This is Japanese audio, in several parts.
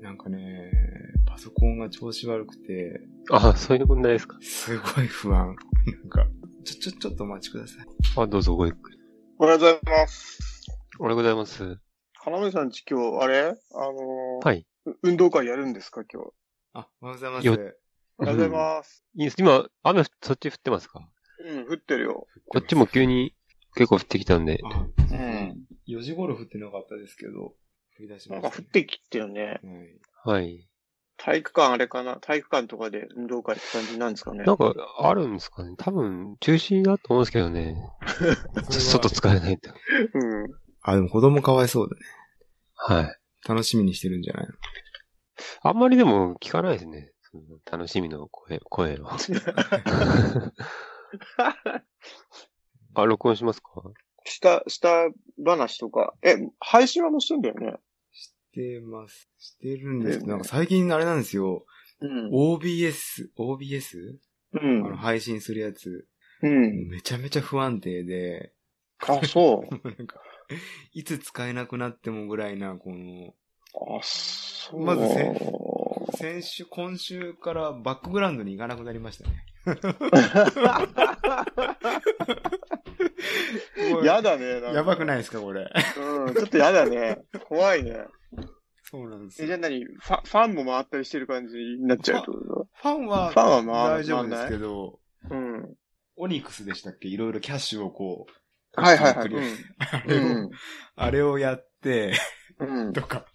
なんかね、パソコンが調子悪くて、あ、そういう問題ですか。すごい不安。 なんか、ちょ、ちょ、ちょっとお待ちください。あ、どうぞごゆっくり。おはようございます。おはようございます。花見さんち今日、あれあのーはい。う運動会やるんですか今日。あ、おはようございます。よおはようございます。いいです。今、雨、そっち降ってますかうん、降ってるよ。こっちも急に結構降ってきたんで。あ、うん。 4時頃降ってなかったですけど、降り出しなましんかた、降っね。てきてよね。はい。はい。体育館あれかな体育館とかで運動会って感じなんですかねなんか、あるんですかね多分、中止だと思うんですけどね。それは外使えないと。うん。 あ、でも子供かわいそうだね。はい。楽しみにしてるんじゃないのあんまりでも聞かないですね。その楽しみの声、声 を。 あ、録音しますか下、下話とか。え、配信はもうしてんだよね。してます。してるんですけねど、なんか最近あれなんですよ。うん。 OBS、OBS? うあの、ん。配信するやつ。うん。めちゃめちゃ不安定で、あ、そう。もうなんか、いつ使えなくなってもぐらいな、この、あ、そう。まずせ先週、今週からバックグラウンドに行かなくなりましたね。もう やだね。やばくないい。ですか、これ。うん、ちょっとやだね。怖いね。そうなんですえ、じゃよあ。何ファファンも回ったりしてる感じになっちゃうってこファンはファンはまあ大丈夫ですけど、とうん。オニクスでしたっけいろいろキャッシュをこう。はいはいはい。クリアうあれを、ん。あれをやって、うん。とか。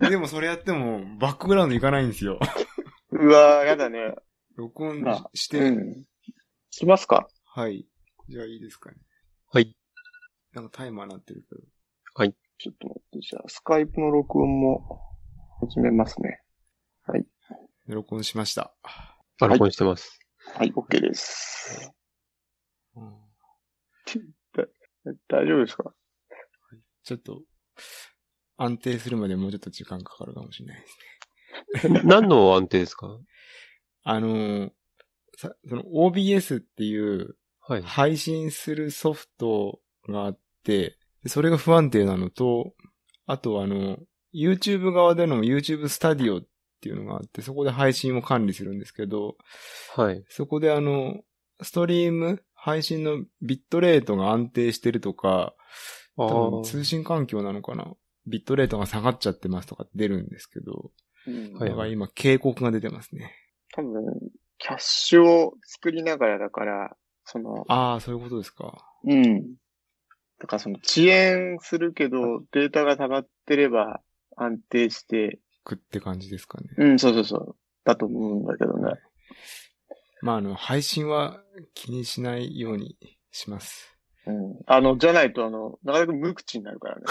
でもそれやっても、バックグラウンド行かないんですよ。うわー、やだね。録音まあしして、うん。聞きますかはい。じゃあいいですかね。はい。なんかタイマーなってるけど。ちょっと待って、じゃあ、スカイプの録音も始めますね。録音しました。あ、はい録音してます。はい、OK です。うん大丈夫ですかちょっと、安定するまでもうちょっと時間かかるかもしれないですね。何の安定ですかあのーさ、その OBS っていうはい。配信するソフトがあって、でそれが不安定なのと、あとあの、YouTube 側での YouTube Studio っていうのがあって、そこで配信を管理するんですけど、はい。そこであの、ストリーム、配信のビットレートが安定してるとか、あ多分ー通信環境なのかなビットレートが下がっちゃってますとかって出るんですけど、うんはいだから今警告が出てますね。多分、キャッシュを作りながらだから、その、ああ、そういうことですか。うん。だからその遅延するけど、データが溜まってれば安定して、くって感じですかね。うん、そうそうそう。だと思うんだけどね。まああの、配信は気にしないようにします。うん。あの、じゃないと、あの、なかなか無口にな るからね。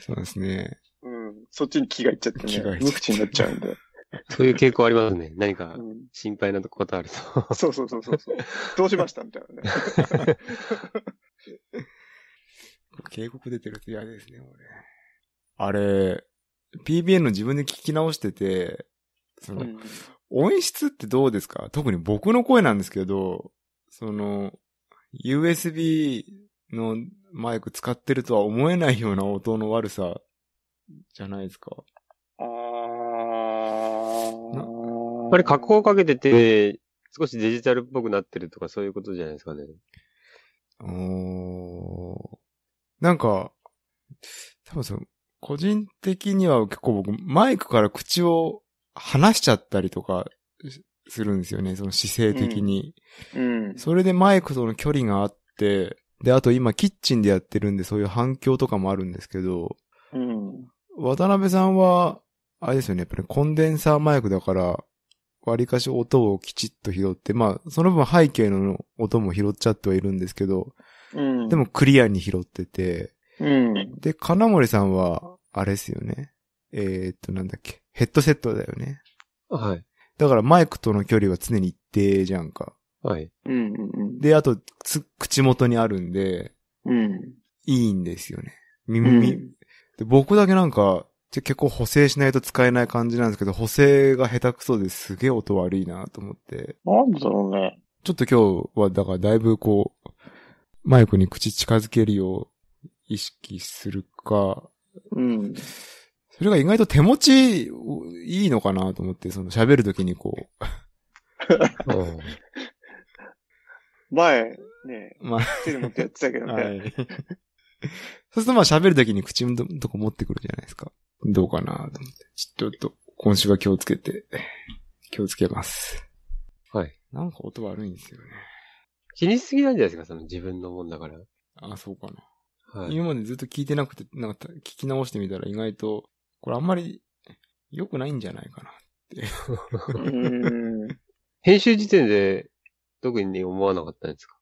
そうですね。うん。そっちに気がいっちゃって気ねがいっ。ちゃって無口になっちゃうんで。そういう傾向ありますね。何かうん。心配なことあると。そうそうそうそうそう。どうしましたみたいなね。警告出てると嫌ですね、俺。あれ、PBN の自分で聞き直してて、その、うん。音質ってどうですか特に僕の声なんですけど、その、USB のマイク使ってるとは思えないような音の悪さじゃないですか。あー。あれ、加工かけてて、少しデジタルっぽくなってるとかそういうことじゃないですかね。おなんか、多分その、個人的には結構僕、マイクから口を離しちゃったりとかしするんですよね。その姿勢的に。うん。それでマイクとの距離があって、で、あと今キッチンでやってるんでそういう反響とかもあるんですけど、うん。渡辺さんは、あれですよね、やっぱりコンデンサーマイクだから、割かし音をきちっと拾って、まあ、その分背景の音も拾っちゃってはいるんですけど、うん。で、もクリアに拾ってて、うん。で、金森さんは、あれですよね。えー、っと、なんだっけ、ヘッドセットだよね。はい。だからマイクとの距離は常に一定じゃんか。 はい。うん。うん。で、あと、つ口元にあるんで、うん。いいんですよね。う耳、ん。で僕だけなんか、じゃ結構補正しないと使えない感じなんですけど、補正が下手くそですげえ音悪いなと思って。なんだろうね。ちょっと今日はだからだいぶこう、マイクに口近づけるよう意識するか、うん。それが意外と手持ちいいのかなと思って、その喋るときにこう、うん前、ね、まあ、手で持ってやってたけどね。 はい。そうするとまあ喋るときに口のとこ持ってくるじゃないですか。どうかなと思って。ちょっと、今週は気をつけて、気をつけます。はい。なんか音悪いんですよね。気にしすぎなんじゃないですか、その自分のもんだから。あ、そうかな。はい。今までずっと聞いてなくて、なんか聞き直してみたら意外と、これあんまり良くないんじゃないかな。うん。編集時点で特に思わなかったんですか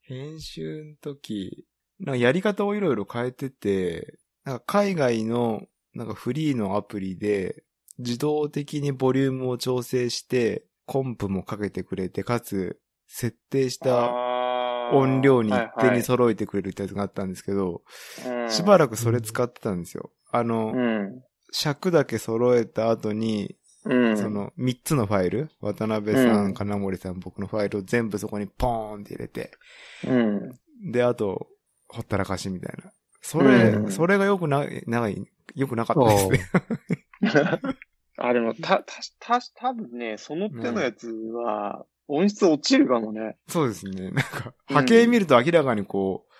編集の時、なんかやり方をいろいろ変えてて、なんか海外のなんかフリーのアプリで自動的にボリュームを調整してコンプもかけてくれて、かつ設定したあー音量に一定には揃えてくれるってやつがあったんですけど、いはいうんしばらくそれ使ってたんですよ。あの、うん。尺だけ揃えた後にうん。その3つのファイル、渡辺さうんん、金森さん、僕のファイルを全部そこにポーンって入れて、うん。で、あと、ほったらかしみたいな。そうんれ、それが良くない、長い、良くなかったですね。あ、でも、た、た、た、たぶんね、その手のやつは、音質落ちるかもね。 そうですね。なんか、うん波形見ると明らかにこう、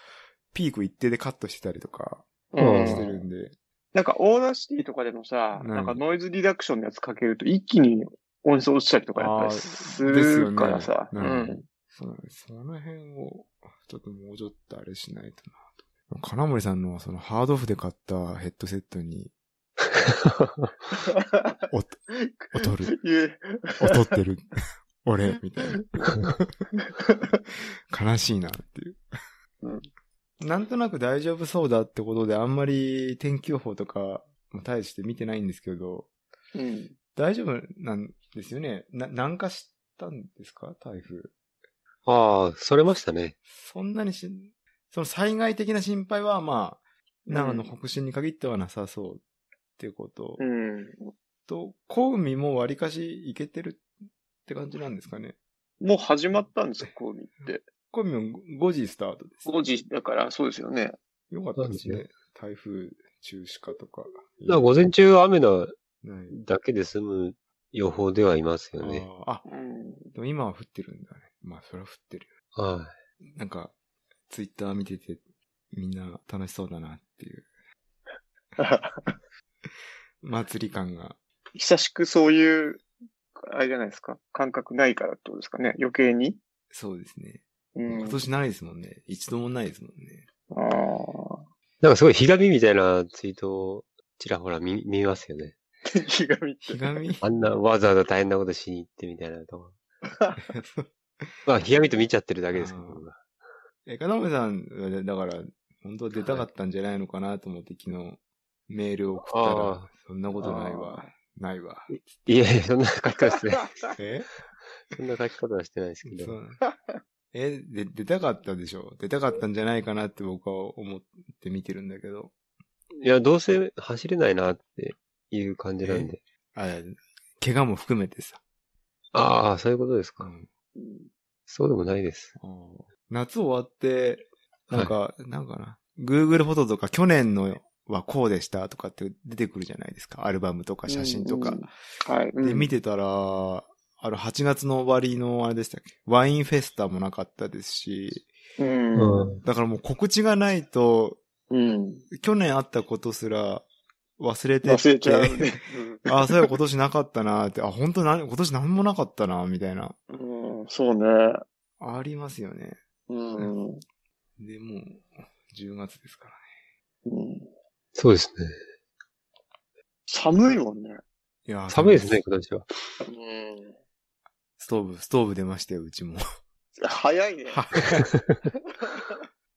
ピーク一定でカットしてたりとかううんしてるんで、なんか、オーダーシティとかでもさ、うんなんかノイズリダクションのやつかけると一気に音質落ちたりとかやっぱりするからさ。あーうですよねん。そうなんですその辺を、ちょっともうちょっとあれしないとなと。金森さんのそのハードオフで買ったヘッドセットに、 お、劣る。いう劣って る。俺、みたいな。悲しいなっていう。うんなんとなく大丈夫そうだってことで、あんまり天気予報とかも大して見てないんですけど、うん。大丈夫なんですよね。な、南下したんですか台風。ああ、それましたね。そんなにし、その災害的な心配は、まあ、長野うん北進に限ってはなさそうっていうことうん。と、小海もわりかし行けてるって感じなんですかね。もう始まったんですよ、こう見って。小海も5時スタートですね。 5時だから、そうですよね。よかったですそうね。台風中止かとか。だから午前中雨のない。だけで済む予報ではいますよね。あーあ、うん。でも今は降ってるんだね。まあ、それは降ってるはよ。なんか、ツイッター見てて、みんな楽しそうだなっていう。祭り感が。久しくそういう、あれじゃないですか。感覚ないからってことですかね。余計に。そうですね。うん。今年ないですもんね。一度もないですもんね。ああ。い。なんかすごいひがみみたいなツイートをちらほら見見ますよね。 ひがみって。ひがみあんなわざわざ大変なことしに行ってみたいなとか。まあ、ひがみと見ちゃってるだけですけど。あー僕は え、かなめさんは、だだから、本当は出たかったんじゃないのかなと思って、昨日、メールを送ったあら、そんなことないわ。ないわ。いやいや、そんな書き方 してない。えそんな書き方はしてないですけそど。う え、で、出たかったでしょ出たかったんじゃないかなって僕は思って見てるんだけど。いや、どうせ走れないなっていう感じなんで。あ、怪我も含めてさ。ああ、そういうことですか。そうでもないです。夏終わって、なんか、なんかな。Google フォトとか去年のはこうでしたとかって出てくるじゃないですか。アルバムとか写真とか。うん。 はい。で、見て。てたら、あの、8月の終わりのあれでしたっけワインフェスタもなかったですし、うん。うん。だからもう告知がないと、うん。去年あったことすら忘れてって忘れちゃうね。ああ、そういえば今年なかったなって、あ、本当な、今年何もなかったな、みたいな。うん。うんそうね。ありますよね。うん。うで、もう、10月ですからね。んそうですね。寒いもんね。いやー寒いですね、。今年は。うん。ストーブ、ストーブ出ましたよ、うちも。 早いね。は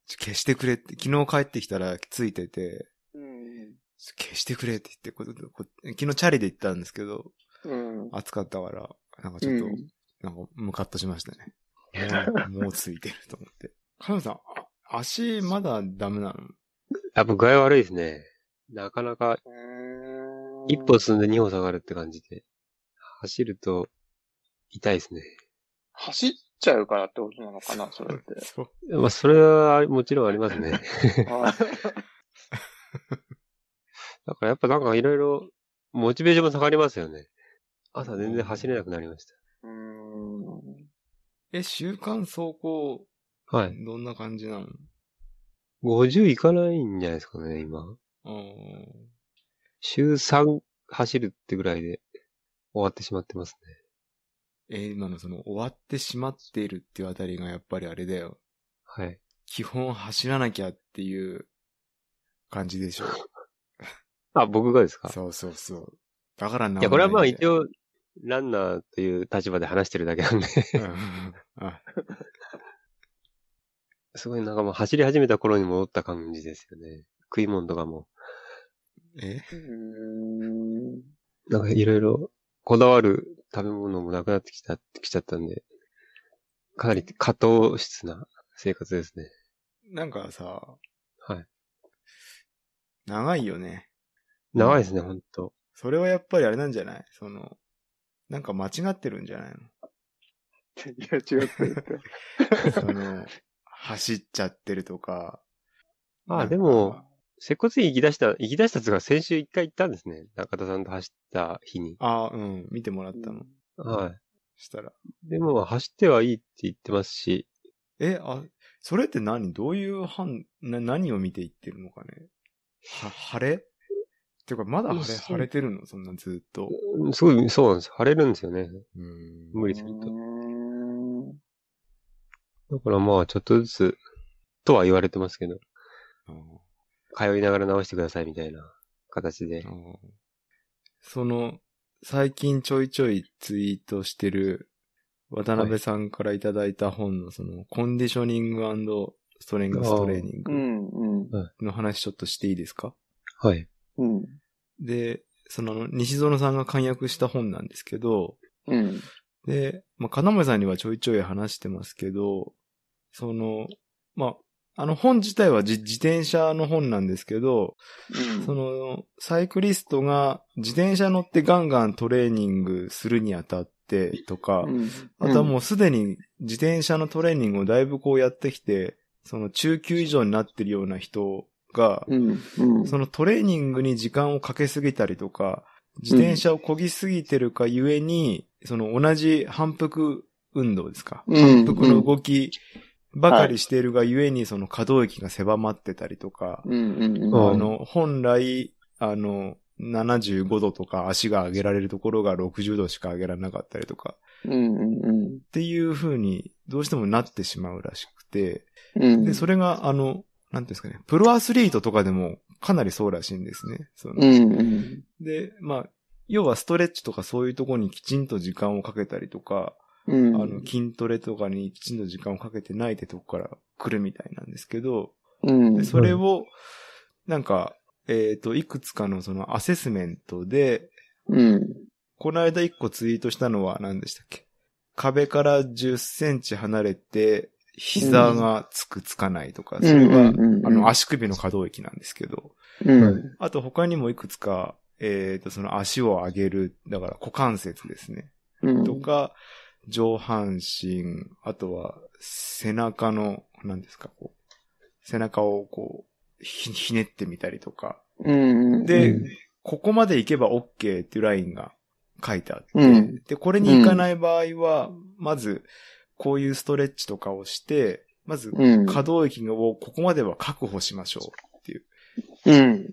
ちょ消してくれって、昨日帰ってきたらついてて、うん。消してくれって言って、ここ昨日チャリで行ったんですけど、うん。暑かったから、なんかちょっと、うんなんかムカッとしましたね。もう、もうついてると思って。カノさん、あ足まだダメなのやっぱ具合悪いですね。なかなか一歩進んで二歩下がるって感じで。走ると痛いですね。走っちゃうからってことなのかな、それ って。そう。まあ、それはもちろんあります ね。あだからやっぱなんかいろいろ、モチベーションも下がりますよね。朝全然走れなくなりましうーん。え、週間走行、た。はい。どんな感じなの50いかないんじゃないですかね、今。あー週3走るってぐらいで終わってしまってますえね。ー今のその終わってしまっているっていうあたりがやっぱりあれだよ。はい。基本走らなきゃっていう感じ でしょ。あ、僕がですかそうそうそう。だからないや、これはまあ一応、ランナーという立場で話してるだけなんで、 うんうん あすごいなんかもう走り始めた頃に戻った感じですよね。食い物とかも、えうーん。なんかいろいろこだわる食べ物もなくなってきた、きちゃったんで、かなり過糖質な生活ですね。なんかさ、はい。長いよね。長いですね、ほんと。それはやっぱりあれなんじゃないその、なんか間違ってるんじゃないいや、違ってるって。 のその、走っちゃってるとか。まなあんかでも、、接骨院行き出した、行き出したつが先週一回行ったんですね。中田さんと走った日に。あうん、見てもらったの。はしたら。い。でも、走ってはいいって言ってますし、え、あ、それって何どういう判、な、何を見ていってるのかねは、晴れっていうか、まだ晴うっれ、そう晴れてるのそんなずっと。うんすごい、そうなんです。晴れるんですよね。うん。無理すうると。ーん。だからまあ、ちょっとずつ、とは言われてますけど、あ通いながら直してくださいみたいな形でー。あーその、最近ちょいちょいツイートしてる、渡辺さんからいただいた本のその、コンディショニングストレングストレーニンうグん、うん。の話ちょっとしていいですかはい。うん。で、その、西園さんが簡約した本なんですけど、うん。で、まあ、金森さんにはちょいちょい話してますけど、その、まあ、あの本自体はじ自転車の本なんですけど、その、サイクリストが自転車乗ってガンガントレーニングするにあたってとか、うん、あとはもうすでに自転車のトレーニングをだいぶこうやってきて、その中級以上になってるような人が、うん、うん。そのトレーニングに時間をかけすぎたりとか、自転車を漕ぎすぎてるかゆえに、その同じ反復運動ですか。うん反復の動きばかりしているがゆえに、その可動域が狭まってたりとか、うん、うん、うん。はあいの、本来、あの、75度とか足が上げられるところが60度しか上げられなかったりとか、うん、うん、っていう風にどうしてもなってしまうらしくて、うん。で、それ、れがあの、なんていうんですかね、プロアスリートとかでもかなりそうらしいんですね。そのうん、うん。で、まあ、要はストレッチとかそういうところにきちんと時間をかけたりとか、うん。あの、筋トレとかにきちんと時間をかけてないってとこから来るみたいなんですけど、うんで、それを、なんか、えっ、と、いくつかのそのアセスメントで、うん。この間一個ツイートしたのは何でしたっけ壁から10センチ離れて、膝がつくつかないとか、それは、あの、、足首の可動域なんですけど、うん。あと他にもいくつか、えっ、と、その足を上げる、だから股関節ですね。うん。とか、上半身、あとは背中の、何ですか、こう、背中をこう、ひひねってみたりとか。うん。で、うんここまで行けば OK っていうラインが書いてあって、うんで、これに行かない場合は、まず、こういうストレッチとかをして、まず、うん。可動域をここまでは確保しましょう。うん。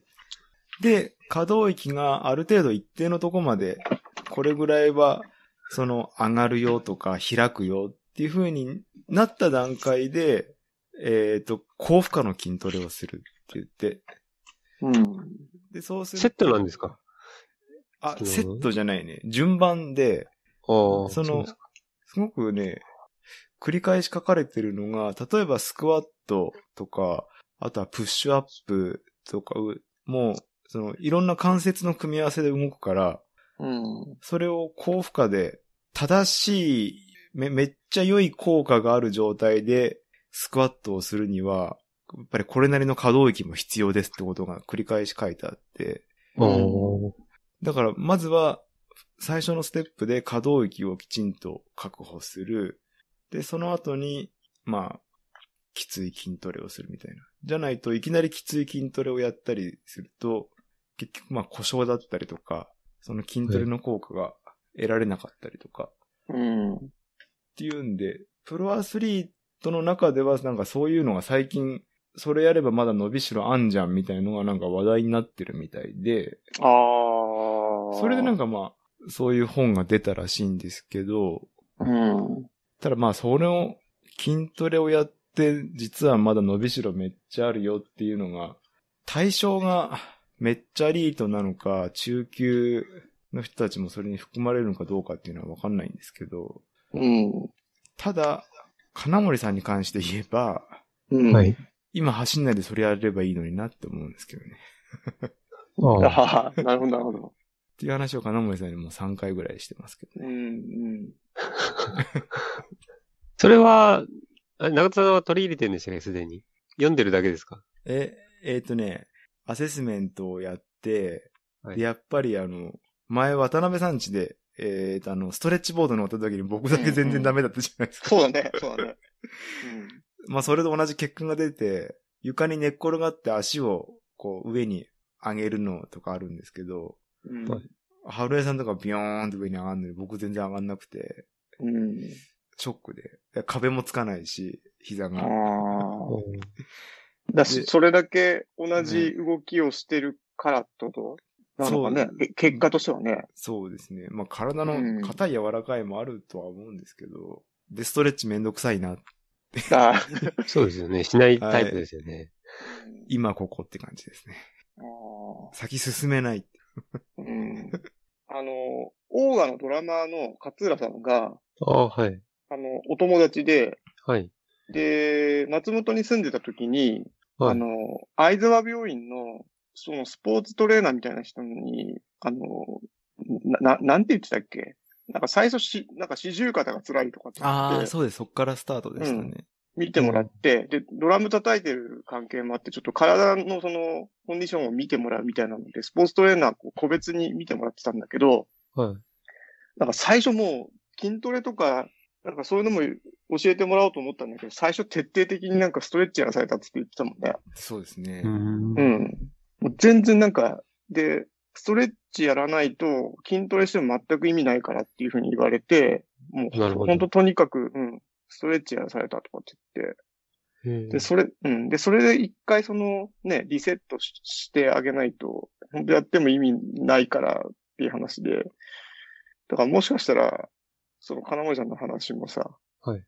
で、可動域がある程度一定のとこまで、これぐらいは、その、上がるよとか、開くよっていう風になった段階で、えっ、と、高負荷の筋トレをするって言って、うん。で、そうするセットなんですかあ、うんセットじゃないね。順番で、ああ。そうのですか、すごくね、繰り返し書かれてるのが、例えばスクワットとか、あとはプッシュアップとかう、もう、その、いろんな関節の組み合わせで動くから、うん。それを高負荷で、正しい、め、めっちゃ良い効果がある状態で、スクワットをするには、やっぱりこれなりの可動域も必要ですってことが繰り返し書いてあって、ああだから、まずは、最初のステップで可動域をきちんと確保する。で、その後に、まあ、きつい筋トレをするみたいな。じゃないといきなりきつい筋トレをやったりすると、結局まあ故障だったりとか、その筋トレの効果が得られなかったりとか、うん。っていうんで、プロアスリートの中ではなんかそういうのが最近、それやればまだ伸びしろあんじゃんみたいのがなんか話題になってるみたいで、ああ。それでなんか、かまあ、そういう本が出たらしいんですけど、うん。ただまあ、それを、筋トレをやって、実はまだ伸びしろめっちゃあるよっていうのが、対象がめっちゃエリートなのか、中級の人たちもそれに含まれるのかどうかっていうのはわかんないんですけど、うん。ただ、金森さんに関して言えば、うん。は。い。今走んないでそれやればいいのになって思うんですけどね。ああ。ああ、なるほど、なるほど。っていう話を金森さんにも3回ぐらいしてますけどね。うん、うん。それは、あ中田さんは取り入れてるんでしたっけ、すでに。読んでるだけですかえ、えっ、とね、アセスメントをやって、はいで、やっぱりあの、前渡辺さんちで、えっ、と、あの、ストレッチボード乗った時に僕だけ全然ダメだったじゃないですか。そうだね、そうだね。まあ、それと同じ血管が出て、床に寝っ転がって足を、こう、上に上げるのとかあるんですけど、うん。はい春江さんとかビヨーンって上に上がるのに僕全然上がんなくて、うん。ショックで。で壁もつかないし、膝あが。あ。うんだでし、それだけ同じ動きをしてるからってことなのかねそう。え結果としてはね。そうですね。まあ、体うんの硬い柔らかいもあるとは思うんですけど、で、ストレッチめんどくさいな、ああそうですよね。しないタイプですよね。今ここって感じですね。先進めない。うんあの、オーガのドラマーの勝浦さんが、ああ、はい。あの、お友達で、はい。で、松本に住んでた時に、はいあの、相沢病院の、そのスポーツトレーナーみたいな人に、あの、な、ななんて言ってたっけなんか最初し、なんか四十肩が辛いとかって言あっあ、てそうです。そっからスタートでしたね。見てもらって、で、ドラム叩いてる関係もあって、ちょっと体のその、コンディションを見てもらうみたいなので、スポーツトレーナーこう個別に見てもらってたんだけど、はい。なんか最初もう筋トレとか、なんかそういうのも教えてもらおうと思ったんだけど、最初徹底的になんかストレッチやらされたって言ってたもんね。そうですね。んうん。もう全然なんか、で、ストレッチやらないと筋トレしても全く意味ないからっていうふうに言われて、もうなるほど本当とにかく、うん、ストレッチやらされたとかって言って、うんで、それ、うん。で、それで一回そのね、リセットししてあげないと、本当やっても意味ないからっていう話で。だからもしかしたら、その金森さんの話もさ、はい。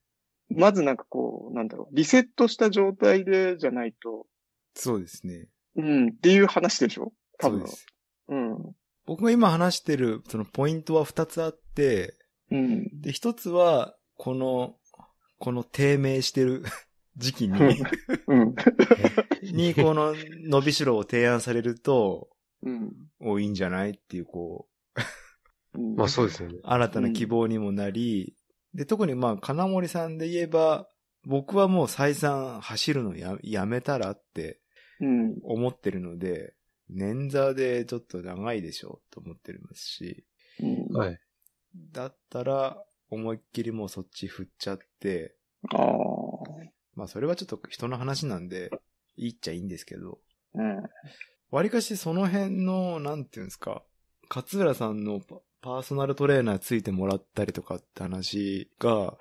まずなんかこう、なんだろう、リセットした状態でじゃないと、そうですね。うん、っていう話でしょそ多う分で。す。うん。僕が今話してる、そのポイントは2つあって、うん。で、1つは、この、この低迷してる 時期に、うん。 に、この伸びしろを提案されると、うん。お、いいんじゃないっていう、こう、うんまあそうですよね。新たな希望にもなり、で、特にまあ、金森さんで言えば、僕はもう再三走るのややめたらってうん。思ってるので、捻挫でちょっと長いでしょうと思ってますし、うん。あはい。だったら思いっきりもうそっち振っちゃって、あー。まあそれはちょっと人の話なんで、いいっちゃいいんですけど、うん。割かしその辺の、なんていうんですか、勝浦さんのパパーソナルトレーナーついてもらったりとかって話が、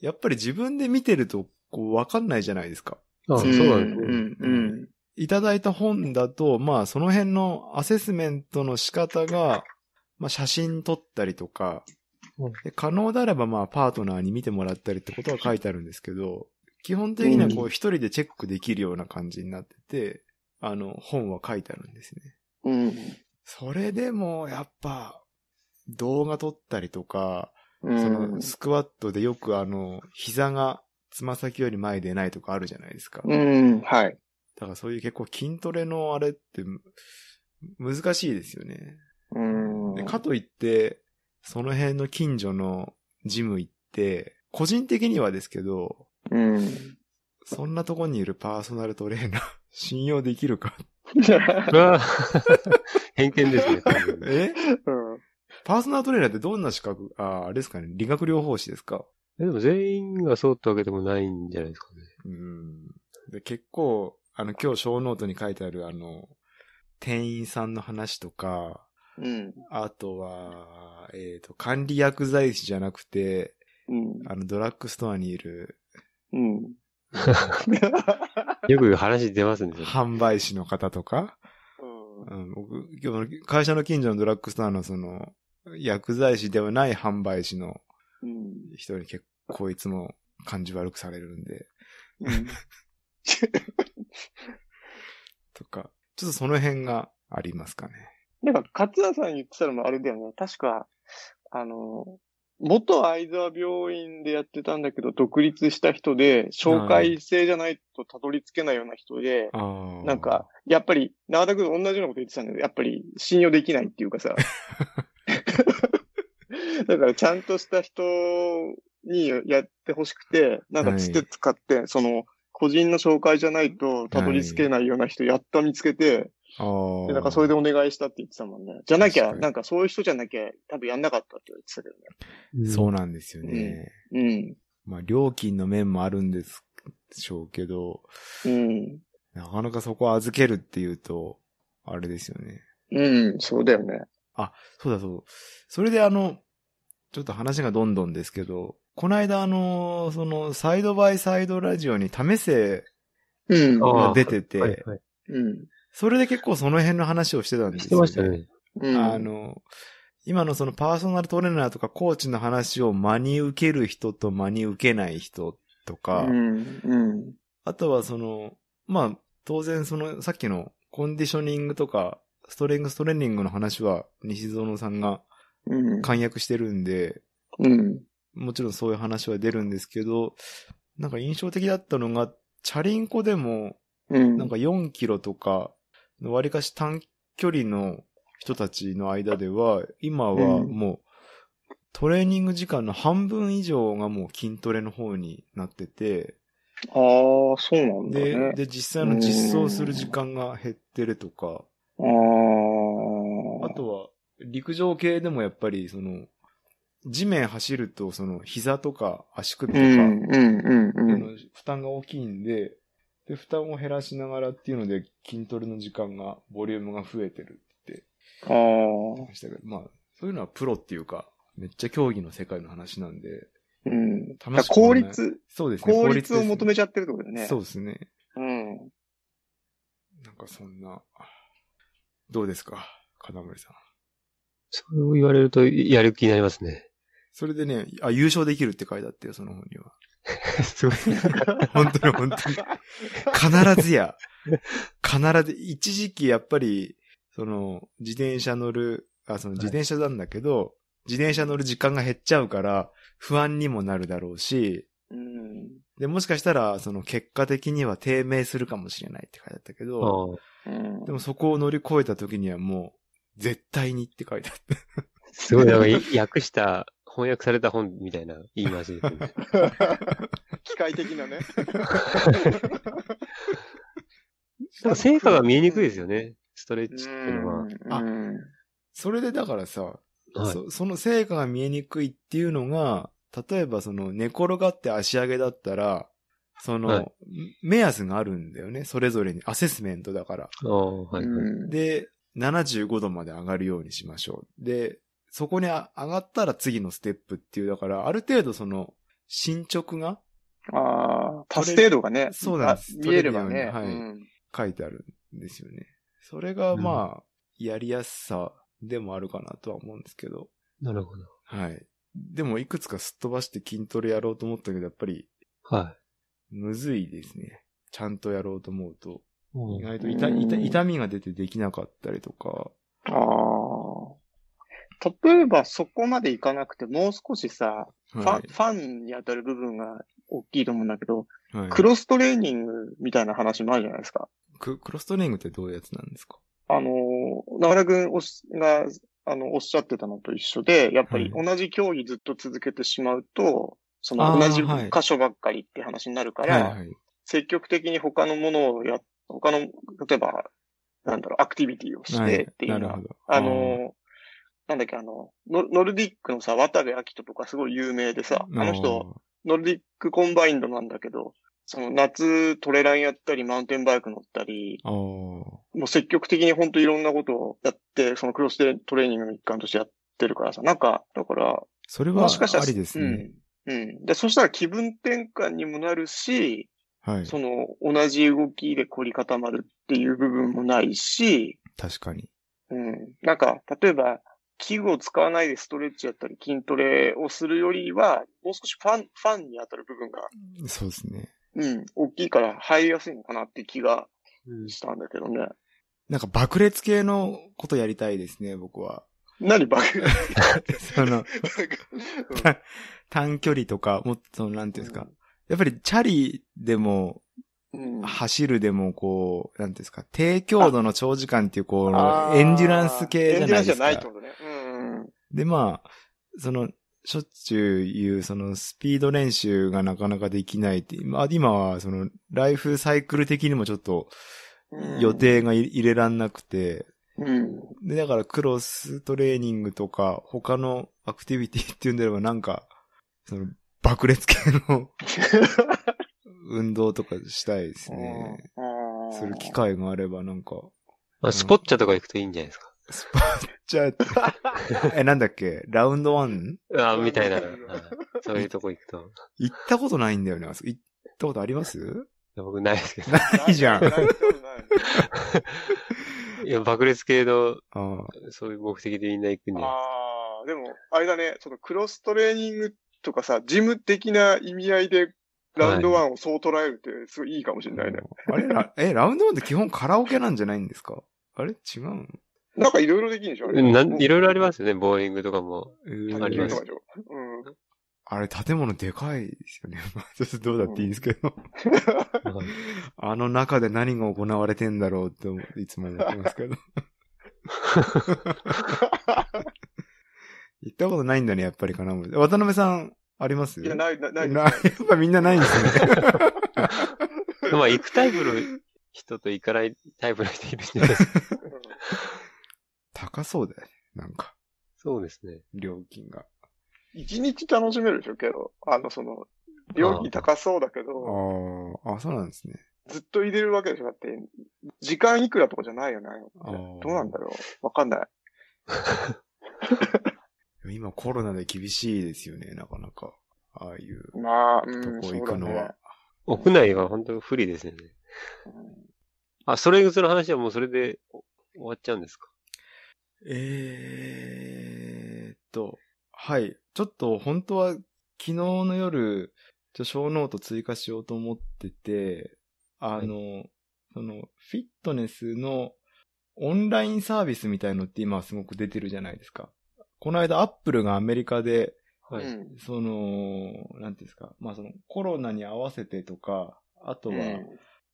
やっぱり自分で見てると、こう、わかんないじゃないですか。ああ、そうなんですうね。ん。うん。いただいた本だと、まあその辺のアセスメントの仕方が、まあ写真撮ったりとかうん、で可能であればまあパートナーに見てもらったりってことは書いてあるんですけど、基本的にはこうう一人でチェックできるような感じになってて、あの本は書いてあるんですね。うん。それでもやっぱ動画撮ったりとか、うん。そのスクワットでよくあの膝がつま先より前でないとかあるじゃないですか。うん。はい。だからそういう結構筋トレのあれってむ難しいですよね。うん。でかといって、その辺の近所のジム行って、個人的にはですけど、うん。そんなとこにいるパーソナルトレーナー、 信用できるかうわ 偏見ですね。えうんパーソナルトレーナーってどんな資格あ、あれですかね理学療法士ですかえでも全員がそうってわけでもないんじゃないですかね。うん。で、結構、あの、今日小ノートに書いてある、あの、店員さんの話とか、うん。あとは、えっ、と、管理薬剤師じゃなくて、 うん。あの、ドラッグストアにいるうん。よく話出ますね。それ販売士の方とか、うん、僕、今日の会社の近所のドラッグストアのその、薬剤師ではない販売士のうん。人に結構いつも感じ悪くされるんで、うん。とか、ちょっとその辺がありますかね。なんか、勝田さん言ってたのもあれだよね。確か、あの、元相沢病院でやってたんだけど、独立した人で、紹介制じゃないとたどり着けないような人で、ああ。なんか、、やっぱり、長田君と同じようなこと言ってたんだけど、やっぱり信用できないっていうかさ。だから、ちゃんとした人にやってほしくて、なんかつて使って、その、個人の紹介じゃないとたどり着けないような人、やっと見つけて、ああ。で、なんかそれでお願いしたって言ってたもんね。じゃなき確ゃ、かになんかそういう人じゃなきゃ、多分やんなかったって言ってたけそうなんですよね。どね。まあ、料金の面もあるんですでしょうけど、うん。なかなかそこを預けるっていうと、あれですよね。うん。うん。そうだよね。そうだそう。それであの、ちょっと話がどんどんですけど、この間あの、その、サイドバイサイドラジオに為末うん。あが出てて、はいはいうん。それで結構その辺の話をしてたんですしよ、てましたね。うん。あ、の、今のそのパーソナルトレーナーとかコーチの話を真に受ける人と真に受けない人とか、うん。うん。あとはその、まあ、当然そのさっきのコンディショニングとか、ストレングストレーニングの話は西園さんがうん。簡約してるんで、うん。もちろんそういう話は出るんですけど、なんか印象的だったのが、チャリンコでも、うん。なんか4キロとか、わりかし短距離の人たちの間では、今はもう、トレーニング時間の半分以上がもう筋トレの方になってて、ああ、そうなんだで、ね。で、実際の実装する時間が減ってるとか、ああ。あ、とは、陸上系でもやっぱり、その、地面走ると、その、膝とか足首とうか、ん。うん。うん。うあん。の負担が大きいんで、で、負担を減らしながらっていうので、筋トレの時間が、ボリュームが増えてるってああ言っ。てましたけど、まあ、そういうのはプロっていうか、めっちゃ競技の世界の話なんで、うん。だから楽しくも効ない率、そうですね。効率を求めちちゃってるってことだよね。そうですね。うん。なんかそんな、どうですか、金森さん。そう言われるとやる気になりますね。それでね、あ、優勝できるって書いてあったよ、その本 には。すごい。 本当に本当に。必ずや。必ず、一時期やっぱり、その、自転車乗る、あ、そのい自転車なんだけど、自転車乗る時間が減っちゃうから、不安にもなるだろうし、うん。で、もしかしたら、その結果的には低迷するかもしれないって書いてあったけあど、あうんでもそこを乗り越えた時にはもう、絶対にって書いてあった。すごい、 なんかい、訳した、翻訳された本みたいな言い回しですね。機械的な ね。なんか成果が見えにくいですよね。ストレッチっていうのは。あうんそれでだからさ、はい。そその成果が見えにくいっていうのが、例えばその寝転がって足上げだったら、その、はいん目安があるんだよね。それぞれに。アセスメントだから。ああ、はい、はい。うんで、75度まで上がるようにしましょう。で、そこにあ上がったら次のステップっていう、だから、ある程度その、進捗がああ、達成度がね。そうなんですあ見えれば取れるね。ようにはいうん書いてあるんですよね。それが、まあ、やりやすさでもあるかなとは思うんですけど。なるほど。はい。でも、いくつかすっ飛ばして筋トレやろうと思ったけど、やっぱり、はい。むずいですね。ちゃんとやろうと思うと。うん意外と痛うん痛痛みが出てできなかったりとか。ああ。例えばそこまでいかなくて、もう少しさ、ファンはファンに当たる部分が大きいと思うんだけど、い。はい、クロストレーニングみたいな話もあるじゃないですか。ククロストレーニングってどういうやつなんですかあのー、長田君おしが、あの、おっしゃってたのと一緒で、やっぱりは同じ競技ずっと続けてしまうと、そあのー同じはい箇所ばっかりって話になるかはいら、はい。積極的に他のものをや、他の、例えば、なんだろう、アクティビティをしはていっていうのなは、るほど。あの、なんだっけ、あの、ノノルディックのさ、渡部明人とかすごい有名でさ、あの人、ノルディックコンバインドなんだけど、その夏トレランやったり、マウンテンバイク乗ったり、あー。あもう積極的に本当いろんなことをやって、そのクロストレーニングの一環としてやってるからさ、なんか、だから、ーそれはもしかしたら、ありですね。うん。うん。で、そしたら気分転換にもなるし、はい。その、同じ動きで凝り固まるっていう部分もないし、確かに。うん。なんか、例えば、器具を使わないでストレッチやったり筋トレをするよりは、もう少しファン、ファンに当たる部分が、そうですね。うん、大きいから入りやすいのかなって気がうんしたんだけどね。なんか爆裂系のことやりたいですね、僕は。 何バカそ の、短距離とか、もっとその、なんていうんですか。やっぱりチャリでも、うん。走るでも、こう、なんていうんですか、低強度の長時間っていう、こあの、ーエンデュランス系じゃないですか。エンデュランスじゃないってことね。うんうん。で、まあ、その、しょっちゅう言う、その、スピード練習がなかなかできないって、まあ、今は、その、ライフサイクル的にもちょっと、うん予。定がい入れらんなくて、うん。で、だからクロストレーニングとか、他のアクティビティっていうんであれば、なんか、その、爆裂系 の運動とかしたいですね。うんする機会があれば、なんか、まあ、スポッチャとか行くといいんじゃないですか。スパッチャー え、なんだっけラウンドワンああ、みたいな。うんはいそういうとこ行 くと。い行ったことないんだよね。あそこ行ったことありますや僕ないですけ ど。いいじゃんないないいや、爆裂系の、ああそういう目的でみんな行くんじゃないああ、でも、あれだね、そのクロストレーニングとかさ、ジム的な意味合いで、ラウンドワンをそう捉えるって、すごいいいかもしれないね。あれらえ、ラウンドワンって基本カラオケなんじゃないんですかあれ違うのなんかいろいろできるんでしょあれうんなんいろいろありますよね。ボーリングとかも。えーあります卓球とかでしょうん。あれ、建物でかいですよね。 まあ、ちょっとどうだっていいんですけど。あの中で何が行われてんだろうって思ういつも思ってますけど。 行ったことないんだね、やっぱりかな。渡辺さん、ありますいや、ない、ない、ない。な やっぱみんなないんですね。 まあ、行くタイプの人と行かないタイプの人いるんじゃないですか。 高そうだよね。なんか、そうですね。料金が。一日楽しめるでしょけど、あの、その、料金高そうだけど、ああ、あ、そうなんですね。ずっと入れるわけでしょだって、時間いくらとかじゃないよね。あーどうなんだろうわかんない。今コロナで厳しいですよね、なかなか。ああいうまあ、うとん、こそ行うだくのねは。。屋内は本当に不利ですよね。あ、それ、その話はもうそれでお終わっちゃうんですかえーっと、はい。ちょっと本当は昨日の夜、ちょ小ノート追加しようと思ってて、あの、その、フィットネスのオンラインサービスみたいのって今すごく出てるじゃないですか。この間アップルがアメリカで、はい。うんその、なんていうんですか、まあそのコロナに合わせてとか、あとは、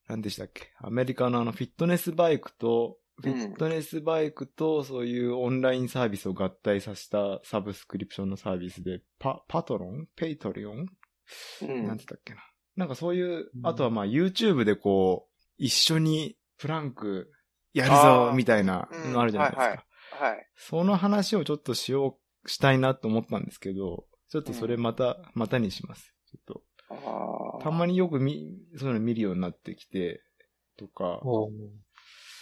何でしたっけアメリカのあのフィットネスバイクと、フうんィットネスバイクとそういうオンラインサービスを合体させたサブスクリプションのサービスで、パ、パトロンペイトリオン、うんなんて言ったっけな。なんかそういうう、んあとはまあ YouTube でこう、一緒にプランクやるあぞーみたいなのあるじゃないですか。うんはいはい。その話をちょっとしよう、したいなと思ったんですけど、ちょっとそれまた、またにします。ちょっと。あたーまによくみ、そういうの見るようになってきて、とか、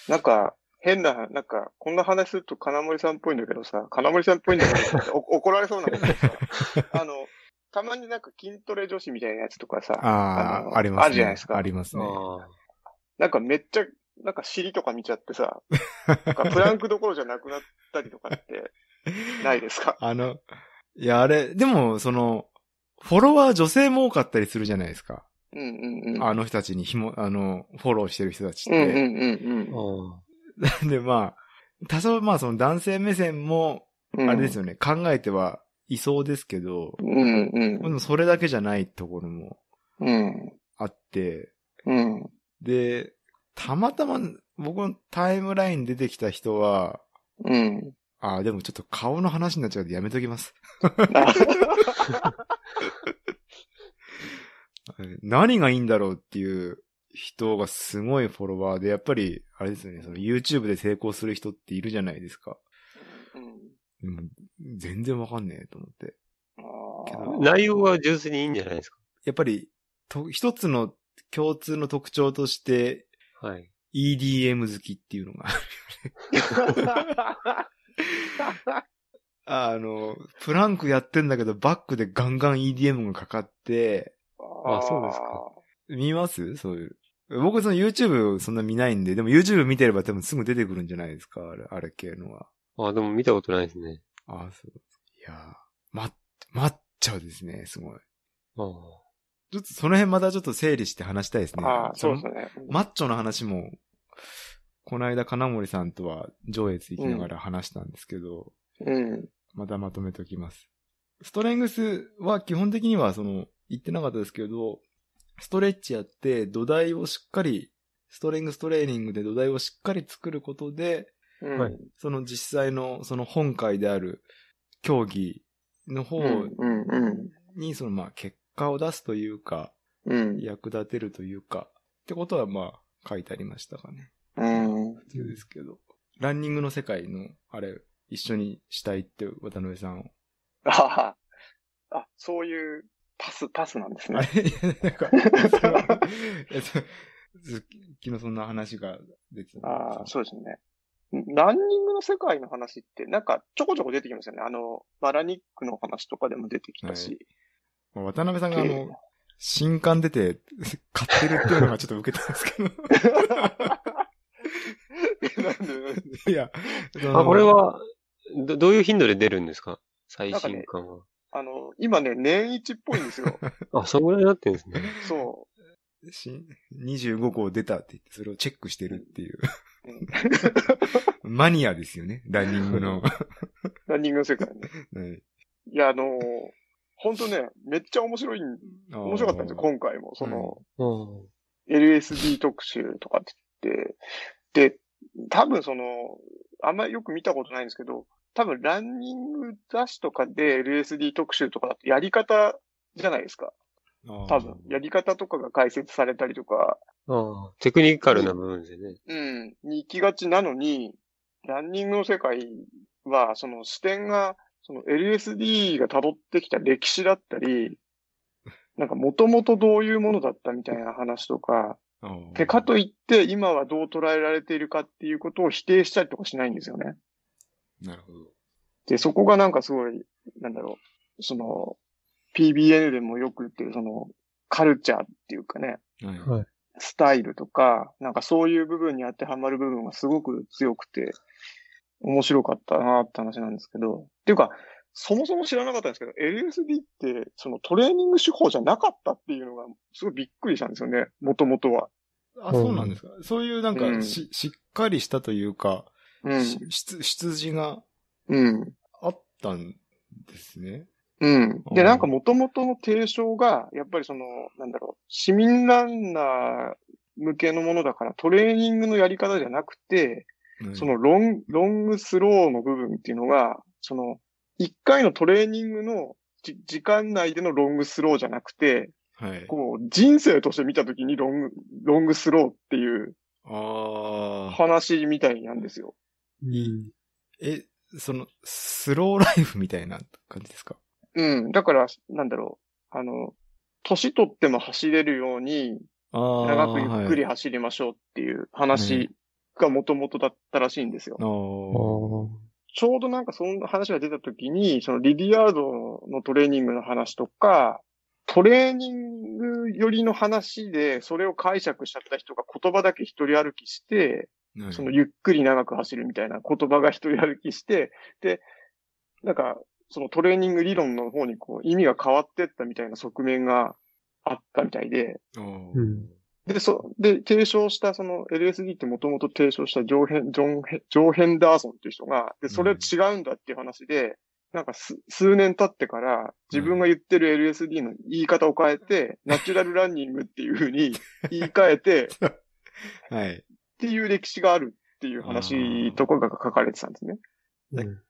なんか、変な、なんか、こんな話すると金森さんっぽいんだけどさ、金森さんっぽいんだけ どさ、お怒られそうなんだけどさ、あの、たまになんか筋トレ女子みたいなやつとかさ、あのあ、ありますね。あるじゃないですかありますね。あなんかめっちゃ、なんか尻とか見ちゃってさ、なんかプランクどころじゃなくなったりとかって、ないですか あの、いや、あれ、でも、その、フォロワー女性も多かったりするじゃないですか。うんうんうん。あの人たちにひも、あの、フォローしてる人たちっうんうんて。ーうんあなん で、まあ、多少、まあ、その男性目線も、うん。あれですよ。よね、考えてはいそうですけど、うんでうんもそれだけじゃないところもうん。あって、うん。で、たまたま僕のタイムラインに出てきた人は、うん。ああ、でもちょっと顔の話になっちゃうのでやめときます。あ何がいいんだろうっていう人がすごいフォロワーで、やっぱり、あれですよね、その YouTube で成功する人っているじゃないですか。うんでも全然わかんねえと思って。あどー内容は純粋にいいんじゃないですやっぱり、と一つの共通の特徴として、か。はい。 EDM 好きっていうのが。 あの、プランクやってんだけど、バックでガンガン EDM がかかって、あそうですか見ますそういう。僕その YouTube そんな見ないんで、でも YouTube 見てれば多分すぐ出てくるんじゃないですかあれ、あれ系のは。あ、でも見たことないですね。ああ、そう。いやー、ま、抹茶ですね、すごい。ああちょっとその辺またちょっと整理して話したいですね。ああ、そうですのね。マッチョの話も、この間金森さんとは上越行きながら話したんですけど、うん。またまとめておきます。ストレングスは基本的にはその、言ってなかったですけど、ストレッチやって土台をしっかり、ストレングストレーニングで土台をしっかり作ることで、うん。はいその実際のその本会である競技の方うん。うん。うんにそのまあ結果を出すというか、うん。役立てるというか、ってことはまあ書いてありましたかね。うん。普通ですけど。ランニングの世界の、あれ、一緒にしたいって渡辺さんをああ、あ、そういうパス、パスなんですあね。れいやなんか、それはいやそうず昨日そんな話が出てたああ、そうですね。ランニングの世界の話って、なんかちょこちょこ出てきましたね。あの、バラニックの話とかでも出てきたし。まあ渡辺さんがあええの、新刊出て、買ってるっていうのがちょっと受けたんですけど。なんでなんでいや、そのあ、これ、は、ど、どういう頻度で出るんですか最新刊は。 あの、今ね、年一っぽいんですよ。あ、そんぐらいになってるんですね。そ新25号出たって言って、それをチェックしてるっていう。う、うん マニアですよね、ランニングの。ランニングの世界ね。はいいや、あのー、ほんとね、めっちゃ面白いん、面白かったんですよ、今回も。その、うん。 LSD 特集とかって言って、で、多分その、あんまりよく見たことないんですけど、多分ランニング雑誌とかで LSD 特集とかだとやり方じゃないですか。あー多分、やり方とかが解説されたりとか、ああ、テクニカルな部分ですよね。うん、に行きがちなのに、ランニングの世界は、その視点が、その LSD が辿ってきた歴史だったり、なんか元々どういうものだったみたいな話とか、あーで、かといって今はどう捉えられているかっていうことを否定したりとかしないんですよね。なるほど。で、そこがなんかすごい、なんだろう、その、PBN でもよく言ってる、その、カルチャーっていうかね、はいはいスタイルとか、なんかそういう部分に当てはまる部分がすごく強くて、面白かったなって話なんですけど、っていうか、そもそも知らなかったんですけど、LSD って、そのトレーニング手法じゃなかったっていうのが、すごいびっくりしたんですよね、もともとは。あ、そうなんですか。そういうなんうかんし、しっかりしたというか、うん。し出出自がうん。あったんですね。うん。うで、んなんか元々の提唱が、やっぱりその、なんだろう、市民ランナー向けのものだから、トレーニングのやり方じゃなくて、はいそのロンロングスローの部分っていうのが、その、一回のトレーニングのじ時間内でのロングスローじゃなくて、はい。こう、人生として見たときにロング、ロングスローっていうああ。話みたいなんですよ。うん。え、その、スローライフみたいな感じですかうん。だから、なんだろう、あの、年取っても走れるように、ああ。長くゆっくりはい、走りましょうっていう話がもともとだったらしいんですよ。ああーあ。ちょうどなんかその話が出た時に、そのリディアードのトレーニングの話とか、トレーニング寄りの話で、それを解釈しちゃった人が言葉だけ一人歩きして、はいそのゆっくり長く走るみたいな言葉が一人歩きして、で、なんか、そのトレーニング理論の方にこう意味が変わってったみたいな側面があったみたいで、あーうんで、そ、で、提唱した、その LSD ってもともと提唱したジョーヘン、ジョンヘ、ジョーヘンダーソンっていう人が、で、それは違うんだっていう話で、なんかす数年経ってから、自分が言ってる LSD の言い方を変えて、ナチュラルランニングっていう風に 言い換えて、っはい。ていう歴史があるっていう話とかが書かれてたんですね。うん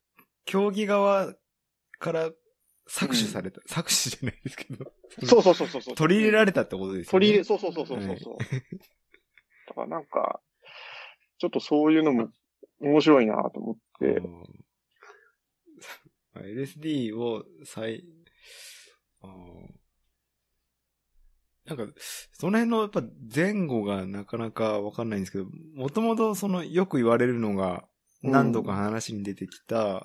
競技側から搾取された、搾取じゃないですけど。そうそうそうそうそう。取り入れられたってことですね。取り入れ、そうそうそうそうそ うそう。だからなんか、ちょっとそういうのも面白いなと思って、あーあ LSD を再、あーなんか、その辺のやっぱ前後がなかなかわかんないんですけど、もともとそのよく言われるのが何度か話に出てきた、うん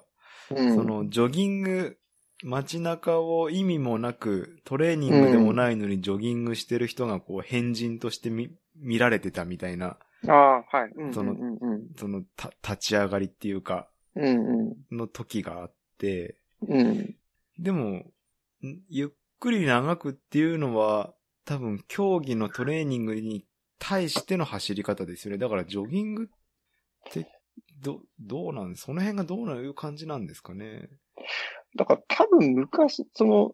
そのジョギング、街中を意味もなく、トレーニングでもないのにジョギングしてる人がこう変人として見見られてたみたいな、ああ、はい。うんそのうんうんそのた立ち上がりっていうか、うん。の時があって、うんうん。でも、んゆっくり長くっていうのは、多分競技のトレーニングに対しての走り方ですよね。だからジョギングって、ど、どうなんその辺がどういう感じなんですかね。だから多分昔、その、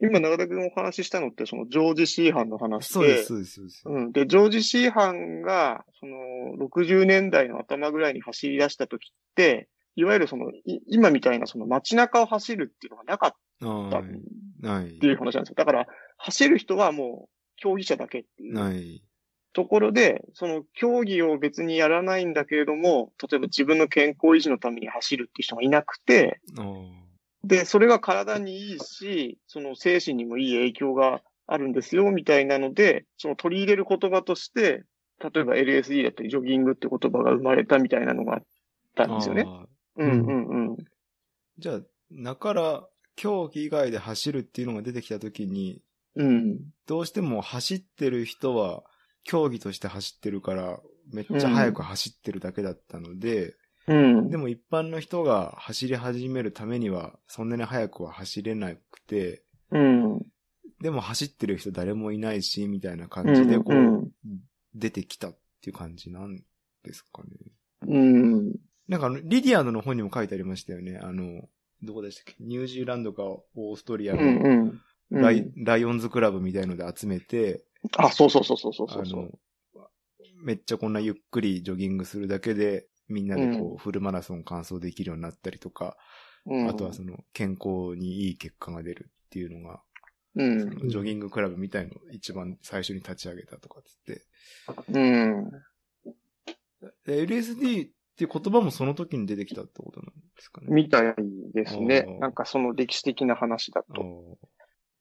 今長田君お話ししたのって、そのジョージ・シーハンの話で。そうです、そうです、そうです。うん。で、ジョージ・シーハンが、その、60年代の頭ぐらいに走り出した時って、いわゆるその、い今みたいなその街中を走るっていうのがなかっはたっい。ないて。いう話なんですよ。だから、走る人はもう、競技者だけっていうない。ところで、その競技を別にやらないんだけれども、例えば自分の健康維持のために走るっていう人がいなくて、ああ。で、それが体にいいし、その精神にもいい影響があるんですよ、みたいなので、その取り入れる言葉として、例えば LSD だったりジョギングって言葉が生まれたみたいなのがあったんですよね。ああうんうんうん。じゃあ、だから、競技以外で走るっていうのが出てきたときに、うん。どうしても走ってる人は、競技として走ってるから、めっちゃ速く走ってるだけだったので、うん。でも一般の人が走り始めるためには、そんなに速くは走れなくて、うん。でも走ってる人誰もいないし、みたいなう感じでこう、ん。出てきたっていう感じなんですかね。うん。なんかあの、リディアードの本にも書いてありましたよね。あの、どこでしたっけニュージーランドかオーストリアうのん。うライ,、ん。ライオンズクラブみたいので集めて、あ、そうそうそうそうそうそうあの、めっちゃこんなゆっくりジョギングするだけで、みんなでこう、フルマラソン完走できるようになったりとか、うん。あとはその、健康にいい結果が出るっていうのが、うん。ジョギングクラブみたいのを一番最初に立ち上げたとかっつって、うん。で LSD っていう言葉もその時に出てきたってことなんですかね。みたいですねお。ーなんかその歴史的な話だあと。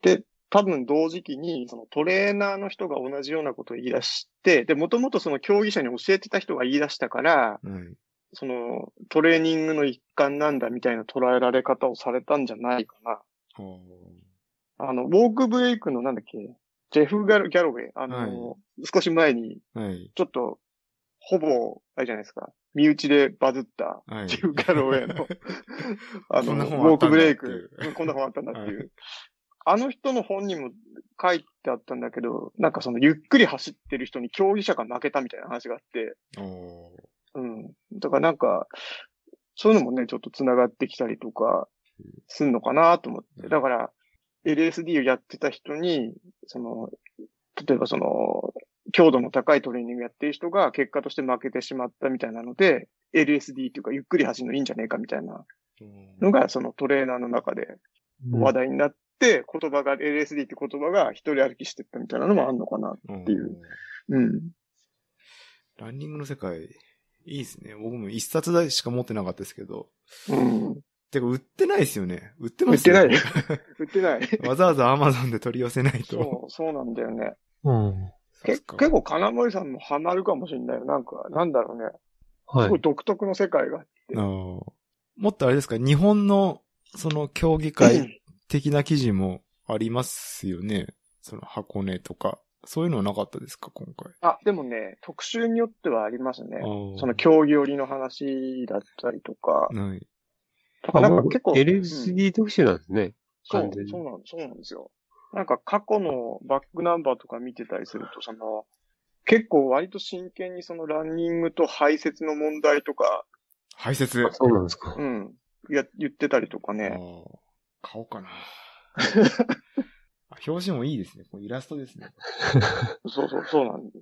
ー多分同時期に、そのトレーナーの人が同じようなことを言い出して、で、もともとその競技者に教えてた人が言い出したから、はい。そのトレーニングの一環なんだみたいな捉えられ方をされたんじゃないかな。あーあの、ウォークブレイクのなんだっけ、ジェフ・ガルギャロウェイ、あの、少し前に、はい。ちょっと、ほぼ、あれじゃないですか、身内でバズった、はいジ。ェフ・ガロウェイ の、 あこの、んウな本ォあーったクんだっていブレうイク、うんこんな本あったんだっていう。あの人の本にも書いてあったんだけど、なんかそのゆっくり走ってる人に競技者が負けたみたいな話があって、おーうん。だからなんか、そういうのもね、ちょっと繋がってきたりとか、すんのかなと思って。だから、LSD をやってた人に、その、例えばその、強度の高いトレーニングやってる人が結果として負けてしまったみたいなので、LSD っていうかゆっくり走るのいいんじゃねえかみたいなのが、そのトレーナーの中で話題になって、言葉が、LSD って言葉が一人歩きしてったみたいなのもあんのかな。っていう。うん。ランニングの世界、いいですね。僕も一冊だけしか持ってなかったですけど。うん。てか、売ってないですよね。売って売まっすてない。売ってない。 わざわざ Amazon で取り寄せないと。そう、そうなんだよね。うそん。うっけすか結構金森さんもハマるかもしれないよ。なんか、なんだろうね。はすいごい。独特の世界が。あのもっとあれですか、日本の、その、競技会的な記事もありますよね。その、箱根とか。そういうのはなかったですか、今回。あ、でもね、特集によってはありますね。そその競技寄りの話だったりとか。はい。だかあらなんもかう結構。うん LSD 特集なんですね。そ完う全、にそうなんそうなんですよ。なんか過去のバックナンバーとか見てたりすると、その、結構割と真剣にそのランニングと排泄の問題とか、排泄。そうなんですかう。ん、や、言ってたりとかあね。ー買おうか な。あ表紙もいいですね。こうイラストですね。そうそう、そうなんです。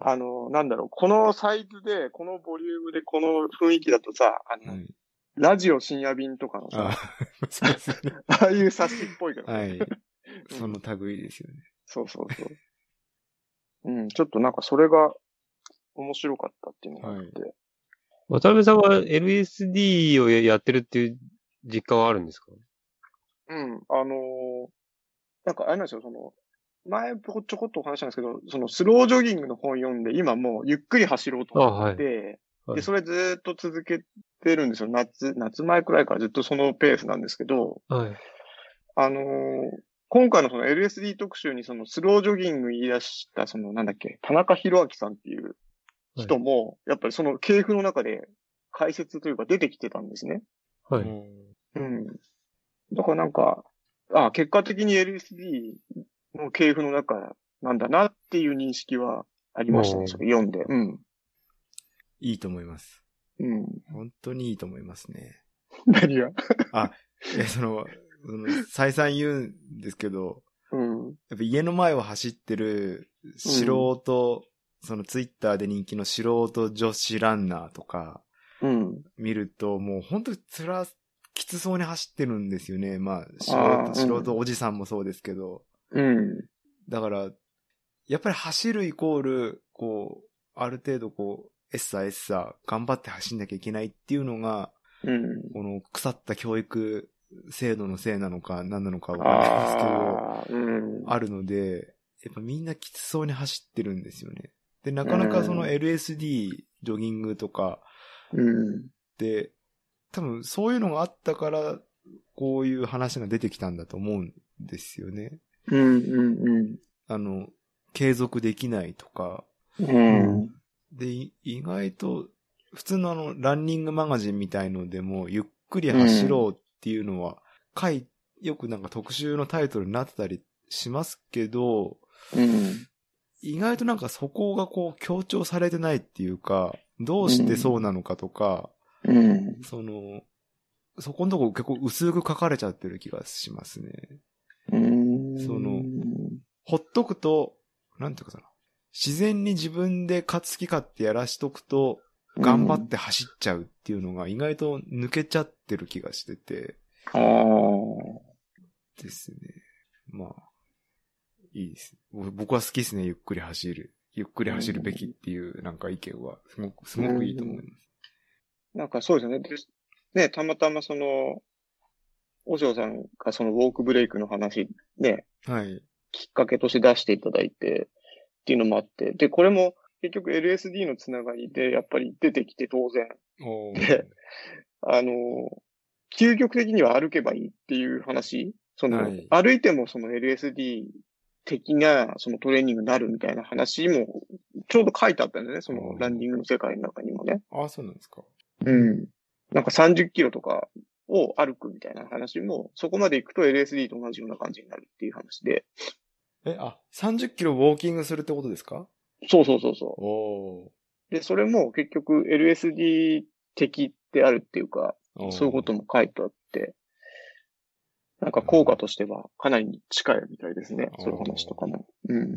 あの、なんだろう、このサイズで、このボリュームで、この雰囲気だとさ、あの、はい。ラジオ深夜便とかのあさ、ー そうですね。ああいう冊子っぽいから、はい。その類ですよね。そうそうそう。うん、ちょっとなんかそれが面白かったっていうのがあって。渡辺さんは LSD をやってるっていう実感はあるんですかうん、あのーなんかあれなんですよ、その、前ぽこちょこっとお話したんですけど、そのスロージョギングの本読んで、今もうゆっくり走ろうと思はいっ。て、はいで、それずーっと続けてるんですよ。夏、夏前くらいからずっとそのペースなんですけど、はい。あのー今回のその LSD 特集にそのスロージョギング言い出した、そのなんだっけ、田中博明さんっていう人も、やっぱりその系譜の中で解説というか出てきてたんですね。はうい。んうん。だからなんか、あ結果的に LSD の系譜の中なんだなっていう認識はありましたおね。ーそれ読んで。うん。いいと思います。うん。本当にいいと思いますね。 何がいや、その、その再三言うんですけど、うん。やっぱ家の前を走ってる素人、そのツイッターで人気の素人女子ランナーとかうん。見ると、もう本当につら、きつそうに走ってるんですよね。まあ、素あーう人、ん素人おじさんもそうですけど。うん。だから、やっぱり走るイコール、こう、ある程度こう、エッサエッサ、頑張って走んなきゃいけないっていうのが、うん。この腐った教育制度のせいなのか、何なのかわかんないですけど、ああ、うん。あるので、やっぱみんなきつそうに走ってるんですよね。で、なかなかそのうん LSD、ジョギングとかうん。って、多分そういうのがあったから、こういう話が出てきたんだと思うんですよね。うん。うん。あの、継続できないとか、うん。うん。で、い意外と、普通のあの、ランニングマガジンみたいのでも、ゆっくり走ろうっていうのは、書い、よくなんか特集のタイトルになってたりしますけど、うん。意外となんかそこがこう強調されてないっていうか、どうしてそうなのかとか、うん。その、そこのとこ結構薄く書かれちゃってる気がしますね。うん。そのほっとくと、なんていうかさ、自然に自分で勝つ気勝手やらしとくと、頑張って走っちゃうっていうのが意外と抜けちゃってる気がしててああ。ですね。まあ、いいです。ぼ僕は好きですね、ゆっくり走る。ゆっくり走るべきっていうなんか意見は、すごく、すごくいいと思います。なんかそうですよね。でね、たまたまその、お嬢さんがそのウォークブレイクの話、ね、はい。きっかけとして出していただいてっていうのもあって、で、これも結局 LSD のつながりでやっぱり出てきて当然、おーであの、究極的には歩けばいいっていう話、その、はい歩いてもその LSD 的なそのトレーニングになるみたいな話もちょうど書いてあったんだよね、そうんのランニングの世界の中にもね。ああ、そうなんですか。うん。なんか30キロとかを歩くみたいな話も、そこまで行くと LSD と同じような感じになるっていう話で。え、あ、30キロウォーキングするってことですかそうそうそうそう。おおで、それも結局 LSD 的であるっていうか、ー。そういうことも書いてあって、なんか効果としてはかなり近いみたいですね。うんそういう話とかも。うん。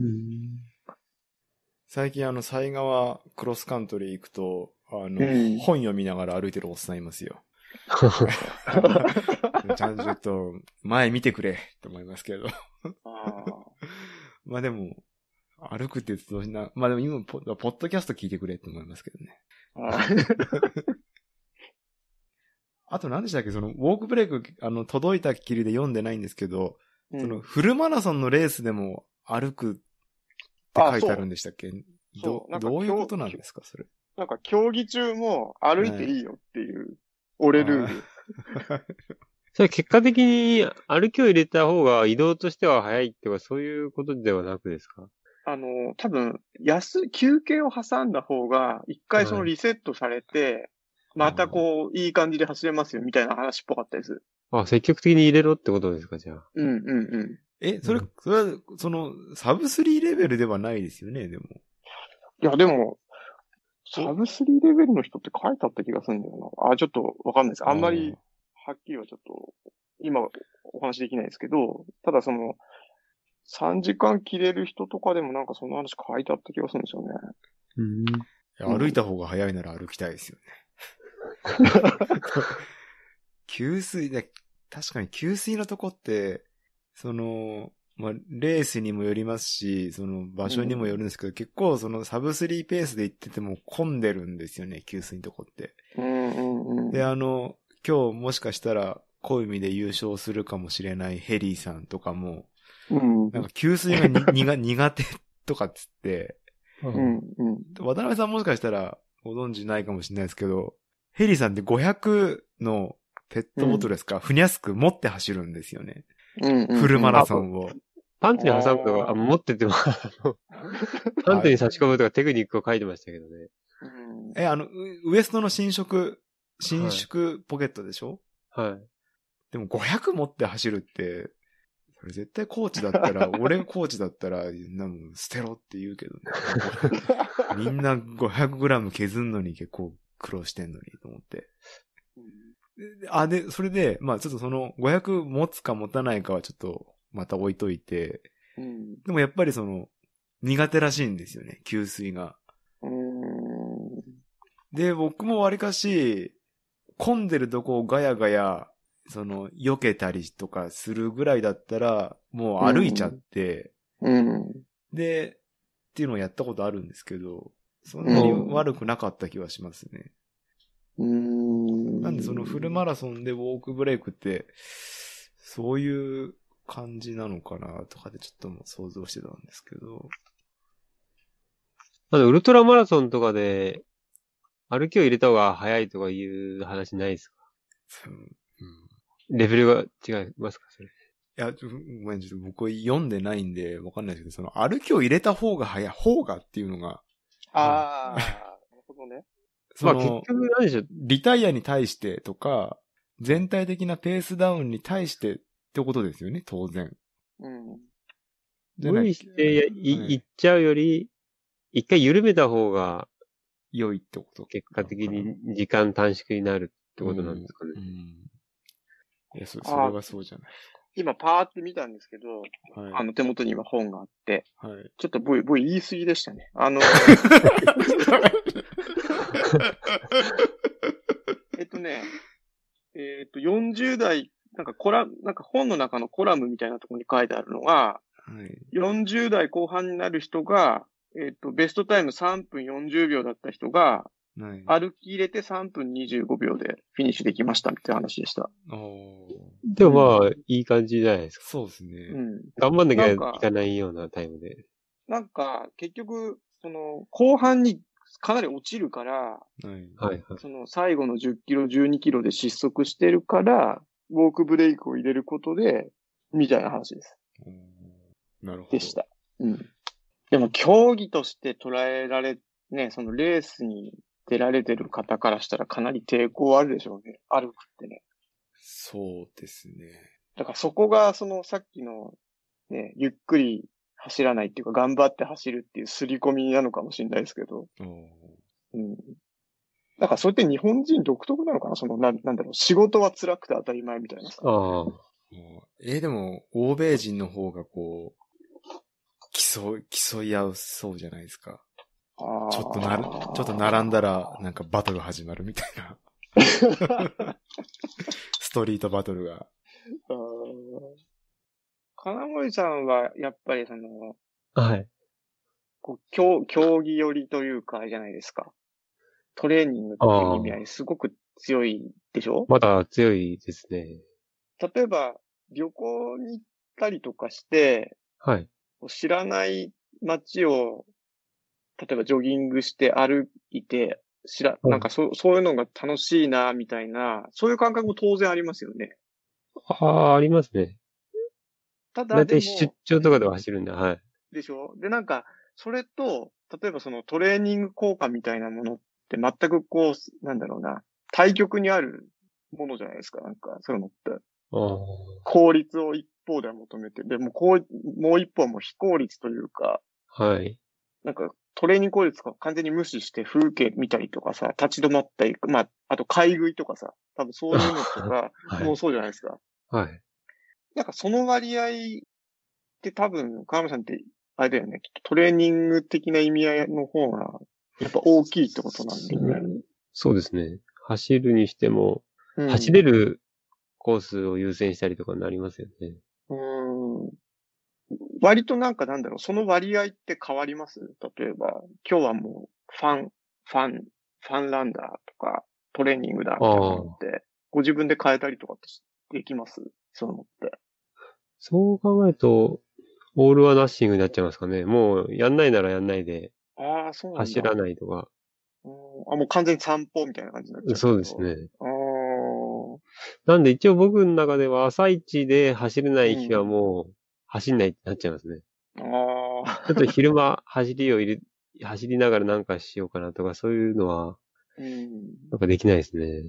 最近あの、犀川クロスカントリー行くと、あの、うん本読みながら歩いてるおっさんいますよ。ちゃんとちょっと、前見てくれって思いますけど。あまあでも、歩くって言うとどうしな、まあでも今ポ、ポッドキャスト聞いてくれって思いますけどね。ーあ ー。あと何でしたっけその、ウォークブレイク、あの、届いたっきりで読んでないんですけど、うんその、フルマラソンのレースでも歩くって書いてあるんでしたっけどそうなんかどういうことなんですかそれ。なんか競技中も歩いていいよっていう、俺ルール。それ結果的に歩きを入れた方が移動としては早いとかそういうことではなくですかあの、多分、休、休憩を挟んだ方が、一回そのリセットされて、またこう、いい感じで走れますよみたいな話っぽかったです。あ、積極的に入れろってことですかじゃあ。うんうんうん。え、それうん、それは、その、サブ3レベルではないですよね、でも。いや、でも、サブスリーレベルの人って書いてあった気がするんだよな。あ、ちょっとわかんないです。あんまり、はっきりはちょっと、今お話できないですけど、ただその、3時間切れる人とかでもなんかそんな話書いてあった気がするんですよね。うん。うん、いや歩いた方が早いなら歩きたいですよね。 給水だ、確かに給水のとこって、その、まあ、レースにもよりますし、その場所にもよるんですけど、結構そのサブスリーペースで行ってても混んでるんですよね、給水のとこって。うんうんうん。で、あの、今日もしかしたら小海で優勝するかもしれないヘリーさんとかも、うん。なんか給水がに にが苦手とかっつって、ううんん。うん。渡辺さんもしかしたらご存知ないかもしれないですけど、ヘリーさんって500のペットボトルですか、ふにゃすく持って走るんですよね。うん。うんフルマラソンを。パンツに挟むとか、あ持ってても、あのパンツに差し込むとかテクニックを書いてましたけどね。うんえ、あの、ウウエストの伸縮、伸縮ポケットでしょ、はい。でも500持って走るって、それ絶対コーチだった ら、俺がコーチだったら、なん捨てろって言うけどね。 みんな500グラム削んのに結構苦労してんのにと思って。であ、で、それで、まあちょっとその500持つか持たないかはちょっとまた置いといて、うん。でもやっぱりその苦手らしいんですよね、給水が。うん。で、僕もわりかし、混んでるとこをガヤガヤ、その、避けたりとかするぐらいだったら、もう歩いちゃって、うん。で、っていうのをやったことあるんですけど、そんなに悪くなかった気はしますね。うん。なんでそのフルマラソンでウォークブレイクって、そういう感じなのかなとかでちょっともう想像してたんですけど。あの、ウルトラマラソンとかで、歩きを入れた方が早いとかいう話ないですかうんうんレベルが違いますかそれ。いや、ちょごめん、ちょっと僕読んでないんで、わかんないですけど、その歩きを入れた方が早い、方がっていうのが、ああ、なるほどね。そまあの、結局何でしょう。リタイアに対してとか、全体的なペースダウンに対してってことですよね、当然。うん。じゃな無い理してやいはいいっちゃうより、一回緩めた方が良いってこと。結果的に時間短縮になるってことなんですかねう。ん。いや、そ、それはそうじゃない。今パーって見たんですけど、はあい。の手元に今本があって、 はい。ちょっと V、V 言い過ぎでしたね。あの、えっとね、えっと、40代、なんかコラム、なんか本の中のコラムみたいなところに書いてあるのが、はい。 40代後半になる人が、えっと、ベストタイム3分40秒だった人が、ない。歩き入れて3分25秒でフィニッシュできましたみたいな話でした。おーでもまあ、いい感じじゃないですか。そうですね。うん。頑張んなきゃないんかかないようなタイムで。なんか、結局、その、後半にかなり落ちるから、はい。はいはい。その最後の10キロ、12キロで失速してるから、ウォークブレイクを入れることで、みたいな話です。おーなるほど。でし。た。うん。でも、競技として捉えられ、ね、そのレースに出られてる方からしたらかなり抵抗あるでしょうね。歩くってね。そうですね。だからそこが、そのさっきの、ね、ゆっくり走らないっていうか、頑張って走るっていう刷り込みなのかもしれないですけど。おーうん。だからそれって日本人独特なのかなその、なんなんだろう、仕事は辛くて当たり前みたいなさ。ああ。おーえーでも、欧米人の方がこう、競い、競い合うそうじゃないですか。ちちょょっとなる、ちょっと並んだら、なんかバトル始まるみたい な。ストリートバトル が。金森さんは、やっぱりその、はい。こう競競技寄りというか、あれじゃないですか。トレーニングっていう意味合いすごく強いでしょまだ強いですね。例えば、旅行に行ったりとかして、はい。知らない街を、例えばジョギングして歩いて、知ら、うんなんかそう、そういうのが楽しいな、みたいな、そういう感覚も当然ありますよね。ああ、ありますね。ただだでいたいも出張とかでは走るんで、はい。でしょで、なんか、それと、例えばそのトレーニング効果みたいなものって全くこう、なんだろうな、対極にあるものじゃないですか、なんか、そういうのって。ああ。効率を一方では求めて、でもこう、もう一方はもう非効率というか、はい。なんか、トレーニング効率を完全に無視して風景見たりとかさ、立ち止まったり、まあ、あと買い食いとかさ、多分そういうのとか、 はもうい。そうじゃないですか。はい。なんかその割合って多分、河村さんって、あれだよね、きっとトレーニング的な意味合いの方が、やっぱ大きいってことなんだよね。そうですね。走るにしても、うん走れるコースを優先したりとかになりますよね。うん。割となんかなんだろう、その割合って変わります例えば、今日はもう、ファン、ファン、ファンランダーとか、トレーニングだ、みたいなのって、ご自分で変えたりとかってしできますそう思って。そう考えると、オールはナッシングになっちゃいますかね。もう、やんないならやんないで、ああ、そうなんだ。走らないとか。うんあ、もう完全に散歩みたいな感じになっちゃう。そうです。ね。ああ。なんで一応僕の中では朝一で走れない日はもう、走んないってなっちゃいますね。ああ、ちょっと昼間、走りを入れ、 走りながらなんかしようかなとか、そういうのは、うん。なんかできないですね。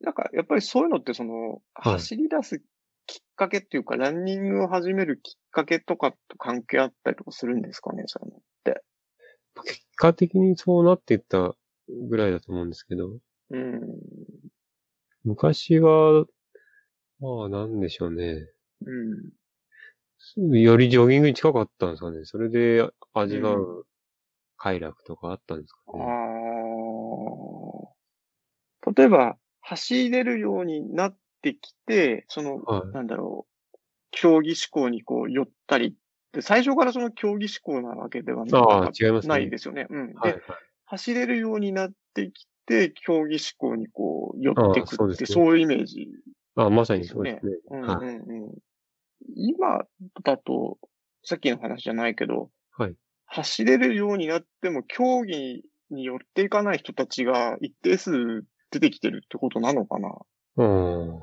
なんか、やっぱりそういうのって、その、はい走り出すきっかけっていうか、ランニングを始めるきっかけとかと関係あったりとかするんですかね、それも。結果的にそうなっていったぐらいだと思うんですけど、うん。昔は、まあなんでしょうね。うん。よりジョギングに近かったんですかね。それで味わう快楽とかあったんですかね。ああ。例えば、走れるようになってきて、その、はい。なんだろう、競技志向にこう寄ったりって、最初からその競技志向なわけではなああか、違いますね。ないですよね。うん。はいで、走れるようになってきて、競技志向にこう寄ってあくって、あそそううですねいうイメージ。はい。あまさにそうですね。うんうんはうん、今だと、さっきの話じゃないけど、はい走れるようになっても競技に寄っていかない人たちが一定数出てきてるってことなのかなうん。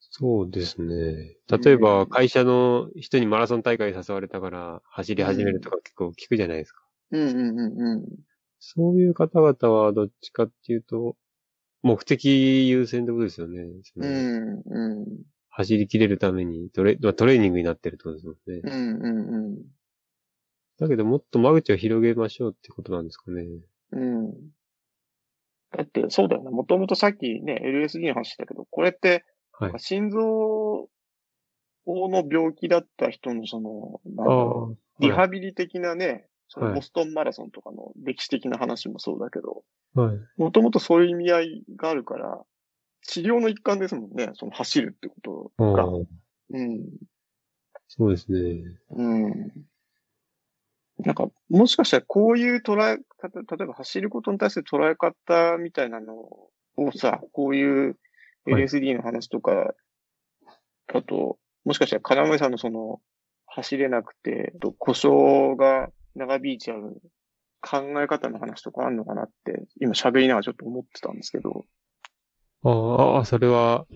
そうですね。例えうば、ん会社の人にマラソン大会誘われたから走り始めるとか結構聞くじゃないですか。うんうんうんうん。そういう方々はどっちかっていうと、目的優先ってことですよね。そのうんうん。走り切れるためにトレ、まあトレーニングになってるってことですもんね。うんうんだけどもっと間口を広げましょうってことなんですかね。うん。うん。だって、そうだよね。もともとさっきね、LSD の話したけど、これって、はい。心臓の病気だった人のその、なんだろうリハビリ的なね、そのはいボストンマラソンとかの歴史的な話もそうだけど、はい。もともとそういう意味合いがあるから、治療の一環ですもんね、その走るってことあが。あ、うん。そうですね。うん。なんか、もしかしたらこういう捉え方、例えば走ることに対する捉え方みたいなのをさ、こういうはい LSD の話とかだと、もしかしたら金森さんのその、走れなくて、と故障が長引いちゃう考え方の話とかあるのかなって、今喋りながらちょっと思ってたんですけど。あああ、それは、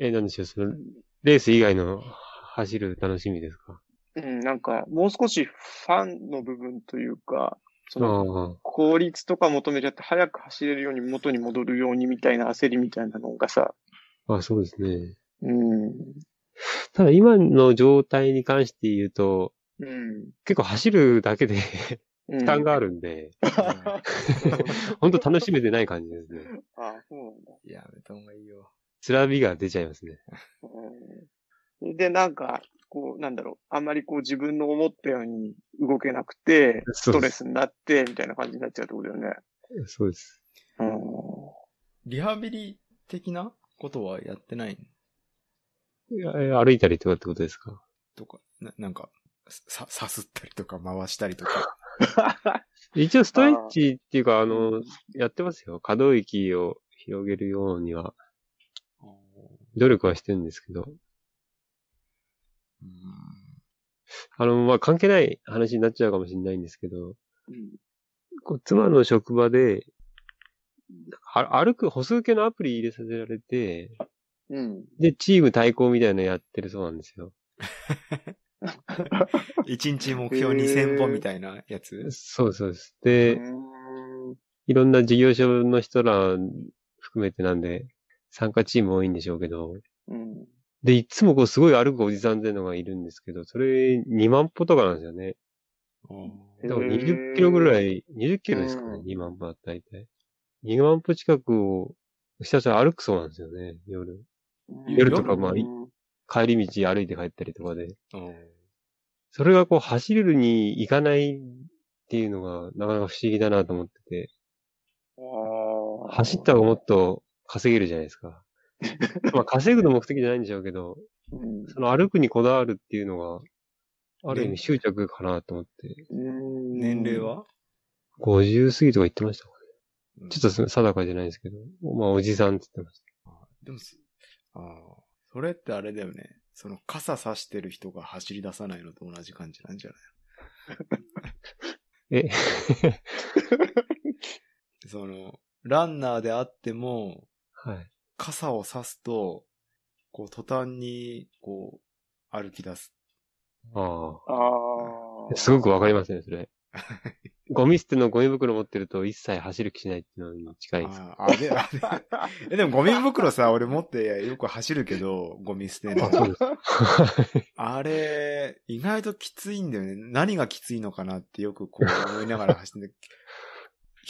え、なんでしょう、その、レース以外の走る楽しみですか。うん、なんか、もう少しファンの部分というか、その、あ効率とか求めちゃって早く走れるように元に戻るようにみたいな焦りみたいなのがさ、あ、あそうですね。うん、ただ今の状態に関して言うと、うん。結構走るだけでうん負担 があるんで、うんほんと楽しめてない感じですね。あそうなんだ。やめた方がいいよ。つらびが出ちゃいますね。うん、で、なんか、こう、なんだろう、あんまりこう自分の思ったように動けなくて、そスうトでレすスになって、みたいな感じになっちゃうってことだよね。そうです。うん。リハビリ的なことはやってないいやえ歩いたりとかってことですかとか、ななんか、さ、さすったりとか回したりとか。一応ストレッチっていうか、あの、やってますよ。可動域を広げるようには、努力はしてるんですけど。うんあの、まあ、関係ない話になっちゃうかもしれないんですけど、うんこう妻の職場で、なんかあ歩く歩数計のアプリ入れさせられて、うん。で、チーム対抗みたいなのやってるそうなんですよ。一日目標へー2000歩みたいなやつそうそうです。うで、んいろんな事業所の人ら含めてなんで、参加チーム多いんでしょうけど、うん。で、いつもこうすごい歩くおじさんっていうのがいるんですけど、それ2万歩とかなんですよね。うんだからへー20キロぐらい、20キロですかね、うん2万歩だったら大体。2万歩近くをひたすら歩くそうなんですよね、夜。夜とかまあいうん帰り道歩いて帰ったりとかで。うんそれがこう走るに行かないっていうのがなかなか不思議だなと思ってて、ああ走った方がもっと稼げるじゃないです か。まあ稼ぐの目的じゃないんでしょうけど、うんその歩くにこだわるっていうのが、ある意味執着かなと思って、うん年齢は50過ぎとか言ってましたかね。うんちょっと定かじゃないですけど、まあおじさんって言ってました。でもす、ああ、それってあれだよね。その傘差してる人が走り出さないのと同じ感じなんじゃないえ、 その、ランナーであっても、はい。傘を差すと、こう、途端に、こう、歩き出す。あああ。あ。すごくわかりますね、そ れ。ゴミ捨てのゴミ袋持ってると一切走る気しないっていうのに近いです。ああ、あれ、あれ。え、でもゴミ袋さ、俺持ってよく走るけど、ゴミ捨てのあ。そうですあれ、意外ときついんだよね。何がきついのかなってよくこう思いながら走ってんだけ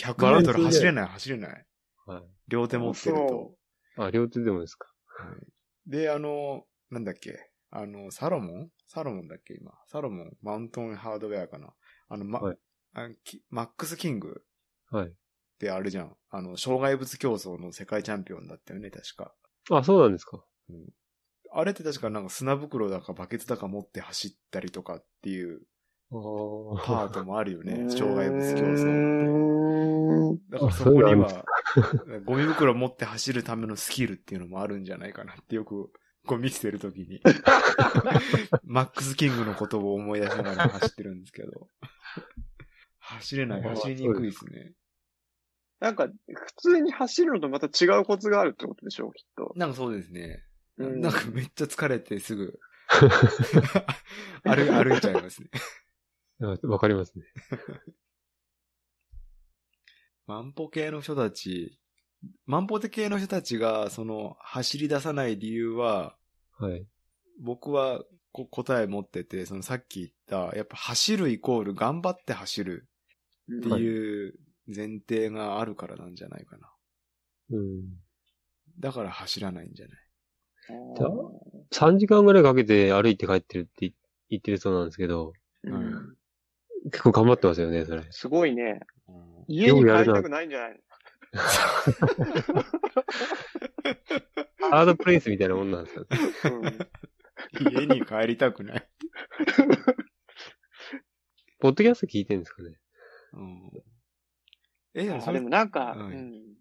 ど100バラメンーストルで走れない、走れない。はい。両手持ってるとそ。あ、両手でもですか。で、あの、なんだっけ。あの、サロモンサロモンだっけ、今。サロモン、マウントンハードウェアかな。あの、ま、はいあきマックス・キングはい。ってあれじゃん。あの、障害物競争の世界チャンピオンだったよね、確か。あ、そうなんですか。あれって確かなんか砂袋だかバケツだか持って走ったりとかっていうあーパートもあるよ ね。障害物競争。争。だからそこに は、ゴミ袋持って走るためのスキルっていうのもあるんじゃないかなってよく、ゴミ捨てるとき に。マックス・キングのことを思い出しながら走ってるんですけど。走れない、走りにくいですね。なんか、普通に走るのとまた違うコツがあるってことでしょう、きっと。なんかそうですね。うんなんかめっちゃ疲れてすぐ、 歩歩いちゃいますね。 あわかりますね。万歩系の人たち、万歩系の人たちが、その、走り出さない理由は、はい。僕はこ答え持ってて、そのさっき言った、やっぱ走るイコール頑張って走るってうんいう前提があるからなんじゃないかな。うん。だから走らないんじゃないじゃあ3時間ぐらいかけて歩いて帰ってるってい言ってるそうなんですけど、ううんん結構頑張ってますよ ね、それ。すごいね。うん家に帰りたくないんじゃないのハードプレイスみたいなもんなんですよ。家に帰りたくない。ポッドキャスト聞いてるんですかね。うんえ、うでんもあそでれも、なんか、はいうん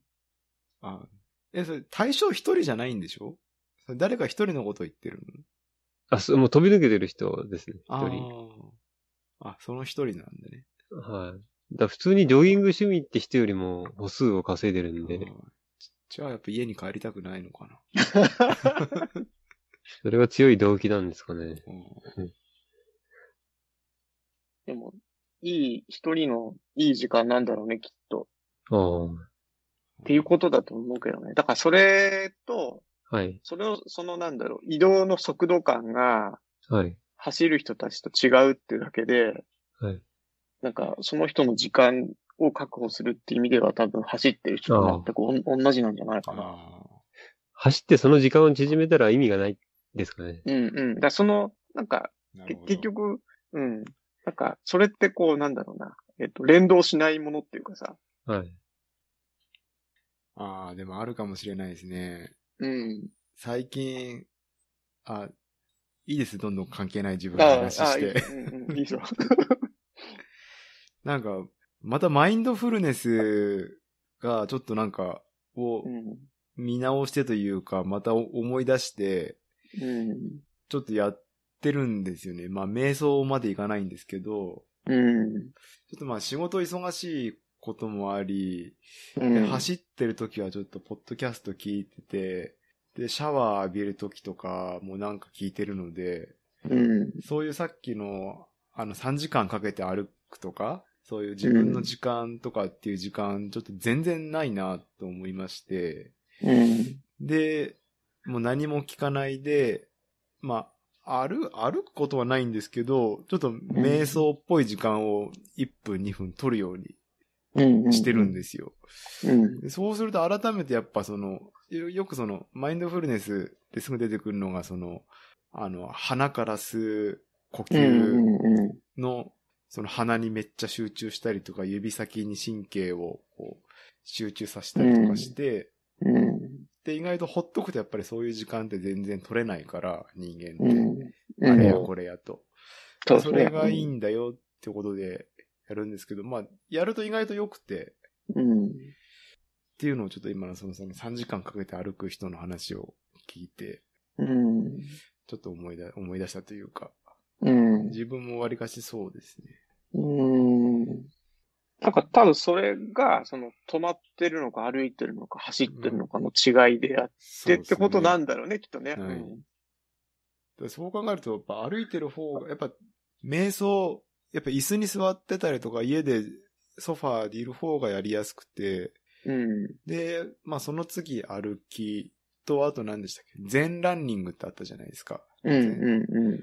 あえ、それ対象一人じゃないんでしょそれ誰か一人のこと言ってるのあ、そう、もう飛び抜けてる人ですね、あ一人。ーあ、その一人なんでね。はい。だから普通にジョギング趣味って人よりも歩数を稼いでるんであー、じじゃあやっぱ家に帰りたくないのかな。それが強い動機なんですかね。うんでも、いい、一人のいい時間なんだろうね、きっと。あっていうことだと思うけどね。だからそれと、あ。はい。それを、そのなんだろう、移動の速度感がはい。走る人たちと違うっていうだけで、はい。なんかその人の時間を確保するっていう意味では多分走ってる人と全くおん同じなんじゃないかな。ああ。走ってその時間を縮めたら意味がないですかね。うんうん。だからその、なんか、なけるほど結、局、うん。なんか、それってこう、なんだろうな。えっと、連動しないものっていうかさ。はい。ああ、でもあるかもしれないですね。うん。最近、あ、いいです、どんどん関係ない自分のあ話あ、あしいい、て。うんうん、いい ぞ。なんか、またマインドフルネスがちょっとなんか、をうん。見直してというか、また思い出して、うん。ちょっとやってるんですよね。まあ、瞑想までいかないんですけど、うん。ちょっとまあ仕事忙しいこともあり、うでん。走ってる時はちょっとポッドキャスト聞いてて、で、シャワー浴びる時とかもなんか聞いてるので、うん。そういうさっきの、あの3時間かけて歩くとか、そういう自分の時間とかっていう時間、ちょっと全然ないなと思いまして、うん。で、もう何も聞かないで、まあ、歩、歩くことはないんですけど、ちょっと瞑想っぽい時間を1分2分取るようにうん。してるんですよ。うん。でそうすると改めてやっぱその、よよくその、マインドフルネスですぐ出てくるのがその、あの、鼻から吸う呼うん。吸うん。の、その鼻にめっちゃ集中したりとか、指先に神経をこう集中させたりとかして、うん。で、意外とほっとくとやっぱりそういう時間って全然取れないから、人間うって。ん。うん。あれやこれやと。そうですそねれがいいんだよってことでやるんですけど、まあ、やると意外と良くて、うっん。っていうのをちょっと今のそのその3時間かけて歩く人の話を聞いて、うん。ちょっと思い出、思い出したというか、うん。自分もわりかしそうですね。うん。なんか多分それが、その止まってるのか歩いてるのか走ってるのかの違いであっそうてでっすねてことなんだろうね、きっとね。はいうんだからそう考えると、やっぱ歩いてる方が、やっぱ、瞑想、やっぱ椅子に座ってたりとか、家でソファーでいる方がやりやすくて、うん。で、まあその次歩きと、あと何でしたっけ全ランニングってあったじゃないですか。うん。うん。うん。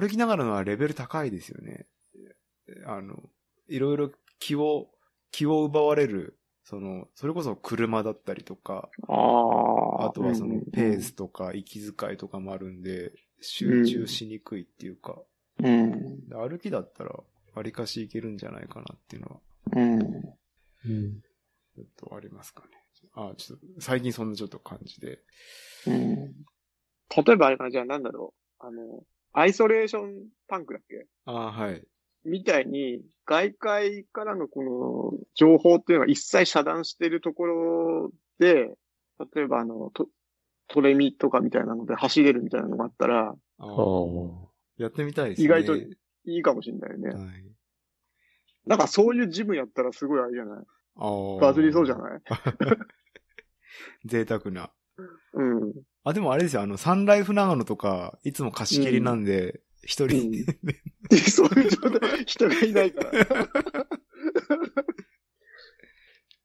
歩きながらのはレベル高いですよね。あの、いろいろ気を、気を奪われる、その、それこそ車だったりとか、ああ。あとはそのペース。スとか息遣いとかもあるんで、集中しにくいっていうか、うん。で歩きだったら、わりかしいけるんじゃないかなっていうのは、ううん。ん。ちょっとありますかね。あ、ちょっと、最近そんなちょっと感じで。うん。例えばあれかな、じゃあなんだろう。あの、アイソレーションパンクだっけあはい。みたいに、外界からのこの情報っていうのは一切遮断してるところで、例えばあの、トトレミとかみたいなので走れるみたいなのがあったあら、あーあ。やってみたいですね。意外といいかもしれないよね。はい。なんかそういうジムやったらすごいあれじゃないあーバズりそうじゃない贅沢な。うん。あ、でもあれですよ、あの、サンライフ長野とか、いつも貸し切りなんで、一、人で、でそういう状態、人がいないから。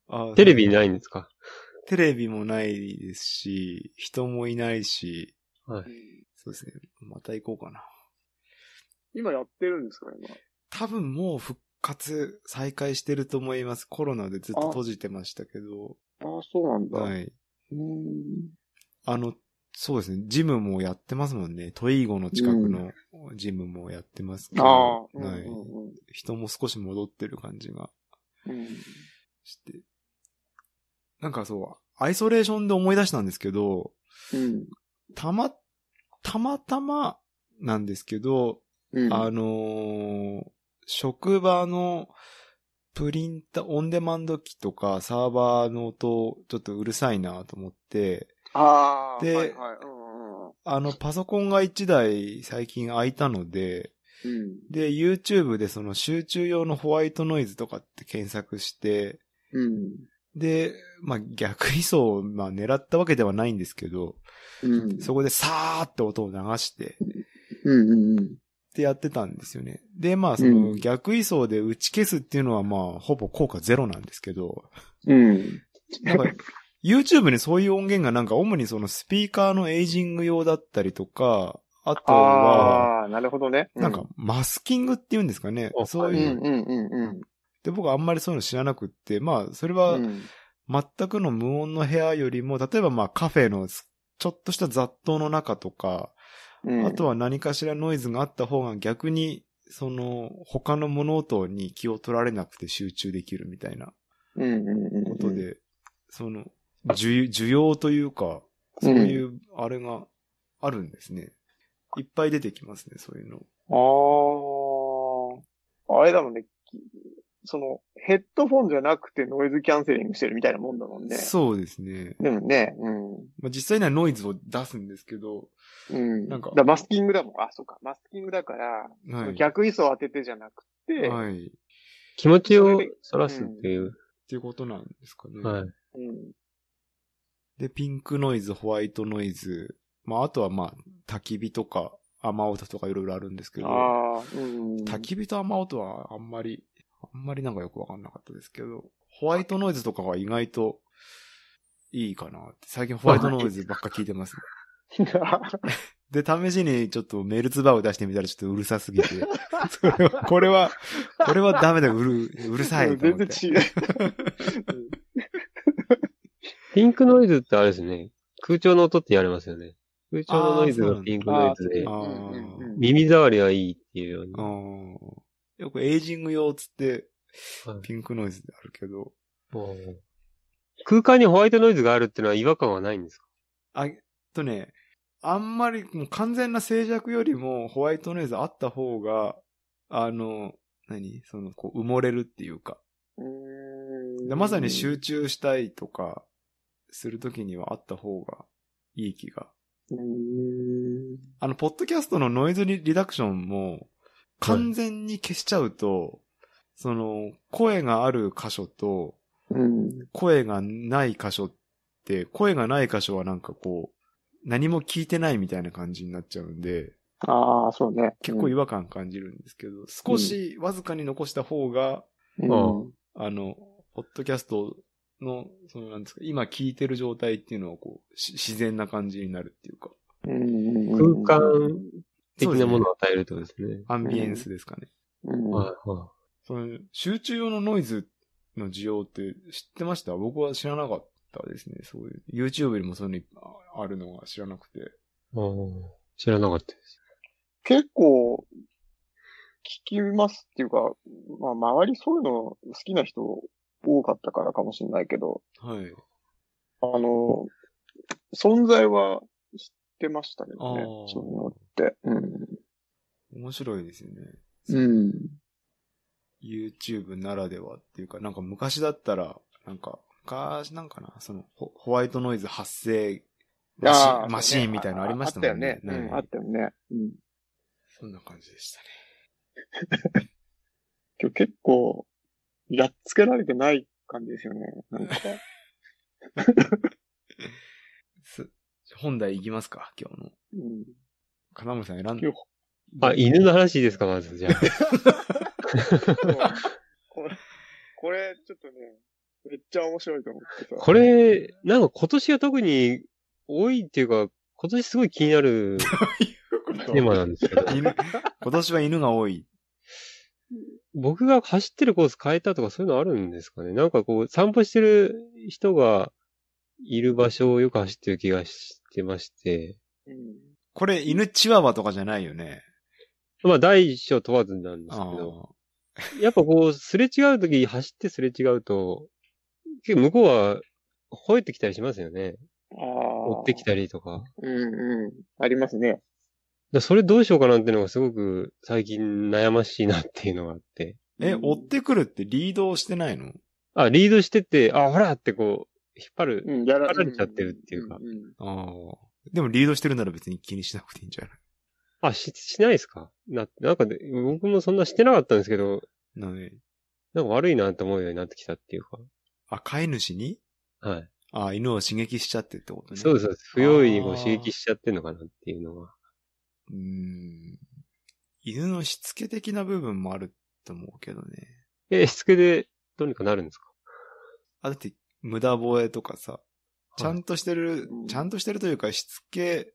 あテレビないんですかテレビもないですし、人もいないし、はい。そうですね。また行こうかな。今やってるんですか、今。多分もう復活再開してると思います。コロナでずっと閉じてましたけど。ああ、そうなんだ。はい。うん。あの、そうですね。ジムもやってますもんね。トイーゴの近くのジムもやってますけど。ああ、うんはい。うんうん人も少し戻ってる感じがうん。して。なんかそう、アイソレーションで思い出したんですけど、うん。たま、たまたまなんですけど、うん。あのー職場のプリンター、オンデマンド機とかサーバーの音、ちょっとうるさいなと思って、ああ、ではいはい。うんうんうんあ の、パソコンが1台最近空いたので、うん。で、YouTube でその集中用のホワイトノイズとかって検索して、うん。で、まあ、逆位相を、まあ、狙ったわけではないんですけど、うん。そこでさーって音を流して、うんうんうん。ってやってたんですよね。で、まあ、そのうん逆位相で打ち消すっていうのは、まあ、ほぼ効果ゼロなんですけど、うん。なんか、YouTube にそういう音源がなんか、主にそのスピーカーのエイジング用だったりとか、あとは、ああ、なるほどね。なんか、マスキングっていうんですかね。あそううん、ういんう。うんうんで、僕はあんまりそういうの知らなくって、まあ、それうはん。う、ん全くの無音の部屋よりも、例えばまあカフェのすちょっとした雑踏の中とか、うん。あとは何かしらノイズがあった方が逆に、その他の物音に気を取られなくて集中できるみたいなうんうんうん。ことで、。その需需要というか、そういうあれがあるんですね。いっぱい出てきますね、そういうの。ああ。あれだもんね。きその、ヘッドフォンじゃなくてノイズキャンセリングしてるみたいなもんだもんね。そうですね。でもね、まあ、実際にはノイズを出すんですけど、うん。うん。なんかだらマスキングだもん。あ、そうか。マスキングだから、はい。逆位相当ててじゃなくて、はい。っ気持ちをそらすっていう。ていうことなんですかね。はい。うん。で、ピンクノイズ、ホワイトノイズ、まあ、あとはまあ、焚き火とか、雨音とかいろいろあるんですけど、ああ、うん。焚き火と雨音はあんまり、あんまりなんかよくわかんなかったですけど、ホワイトノイズとかが意外といいかなって。最近ホワイトノイズばっか聞いてます。で、試しにちょっとメルツバーを出してみたらちょっとうるさすぎて、 それはこれは、これはダメだ、うる、うるさいと全思っ然て。違う。ピンクノイズってあれですね。空調の音ってやれますよね。空調のノイズがピンクノイズで あー、うーんうんうん耳障りはいいっていうように。あーよくエイジング用っつっては、いピンクノイズであるけど、おー空間にホワイトノイズがあるっていうのは違和感はないんですかあ、えっとね、あんまりもう完全な静寂よりもホワイトノイズあった方が、あの、何その、こう、埋もれるっていうか。うーんでまさに集中したいとか、するときにはあった方がいい気が。うーん。あの、ポッドキャストのノイズリリダクションも、完全に消しちゃうと、その、声がある箇所と、うん。声がない箇所って、声がない箇所はなんかこう、何も聞いてないみたいな感じになっちゃうんで、ああ、そうね。結構違和感感じるんですけど、少しわずかに残した方が、うん。あの、ポッドキャストの、そのなんですか、今聞いてる状態っていうのはこう、し自然な感じになるっていうか、うん。空間的なものを与えるってことですね。アンビエンスですかね。うん。はいはい。その集中用のノイズの需要って知ってました僕は知らなかったですね。そういう。YouTube にもそういうのああるのが知らなくて。ああ、知らなかったです。結構、聞きますっていうか、まあ、周りそういうの好きな人多かったからかもしれないけど、はい。あの、存在は知ってましたけどねあー。そういうのって。面白いですよね。うん。うん。 YouTube ならではっていうか、なんか昔だったら、なんか、昔なんかな、そのホ、ホワイトノイズ発生マシあンマシーンみたいなのありましたもんね。ああったよね。うん、はあいったよね。うん。そんな感じでしたね。今日結構、やっつけられてない感じですよね。な んか。す本題いきますか今日の。うん。金森さん選ん今で。日あ、犬の話いいですか、まず、 じゃあ。これ、これちょっとね、めっちゃ面白いと思ってさ。これ、なんか今年は特に多いっていうか、今年すごい気になるテーマなんですけ ど、犬今年は犬が多い。僕が走ってるコース変えたとかそういうのあるんですかねなんかこう、散歩してる人がいる場所をよく走ってる気がしてまして、うん。これ、犬チワワとかじゃないよね。まあ第一章問わずなんですけあど、やっぱこう、すれ違うとき、走ってすれ違うと、結構向こうは吠えてきたりしますよね。ああ。追ってき。たりとか。うんうん。ありますね。だそれどうしようかなっていうのがすごく最近悩ましいなっていうのがあって。ーえ、うん追ってくるってリードをしてないのあ、リードしてて、あ、ほらってこう、引っ張る。うん、や引らっ張られちゃってるっていうかんんああ。でもリードしてるなら別に気にしなくていいんじゃあ、し、しないですかな、なんかで、僕もそんなしてなかったんですけど、ないなのになんか悪いなと思うようになってきたっていうか。あ、飼い主にはい。ああ、犬を刺激しちゃってってことね。。そうですす、そうです。不用意にこう刺激しちゃってんのかなっていうのが。うーん。犬のしつけ的な部分もあると思うけどね。え、しつけでどうにかなるんですかあ、だって、無駄吠えとかさ、ちゃんとしてる、うんちゃんとしてるというか、しつけ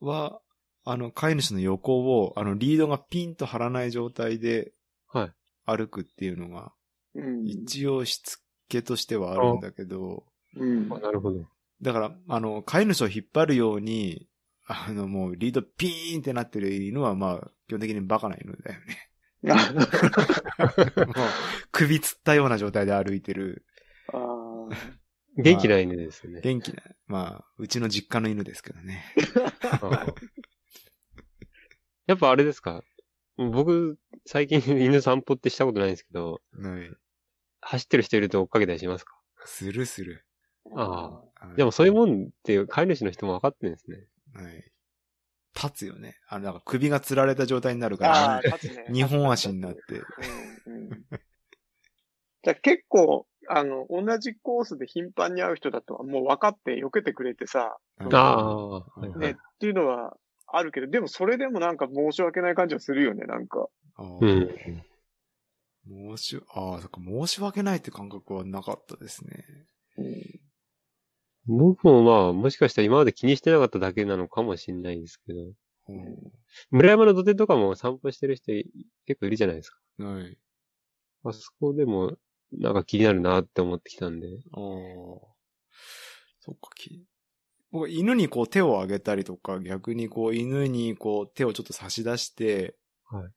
は、あの、飼い主の横を、あの、リードがピンと張らない状態ではい。歩くっていうのが、うん。一応しつけとしてはあるんだけど、うん。 あな るほど。だから、あの、飼い主を引っ張るように、あの、もう、リードピーンってなってる犬は、まあ、基本的にバカな犬だよね。もう、 首つったような状態で歩いてる、あー元気ない犬ですよね。元気な、まあ、うちの実家の犬ですけどね。ああやっぱあれですか僕、最近 犬散歩ってしたことないんですけど、はい。走ってる人いると追っかけたりしますかするする。あはいでもそういうもんって飼い主の人も分かってるんですね。はい。立つよね。あの、なんか首が吊られた状態になるかあらー、、立つねに二本足になって。うんうんじゃあ結構、あの、同じコースで頻繁に会う人だとはもう分かって避けてくれてさ、なんあかあ、はいはね、いっていうのはあるけど、でもそれでもなんか申し訳ない感じはするよね、なんか。あーう申ん。し、ああ、そっか、申し訳ないって感覚はなかったですね。僕もまあ、もしかしたら今まで気にしてなかっただけなのかもしれないですけど、う村山の土手とかも散歩してる人い結構いるじゃないですか。ん。はい。あそこでも、なんか気になるなって思ってきたんで。ああ。そっか、き、僕、犬にこう手をあげたりとか、逆にこう犬にこう手をちょっと差し出して、はい。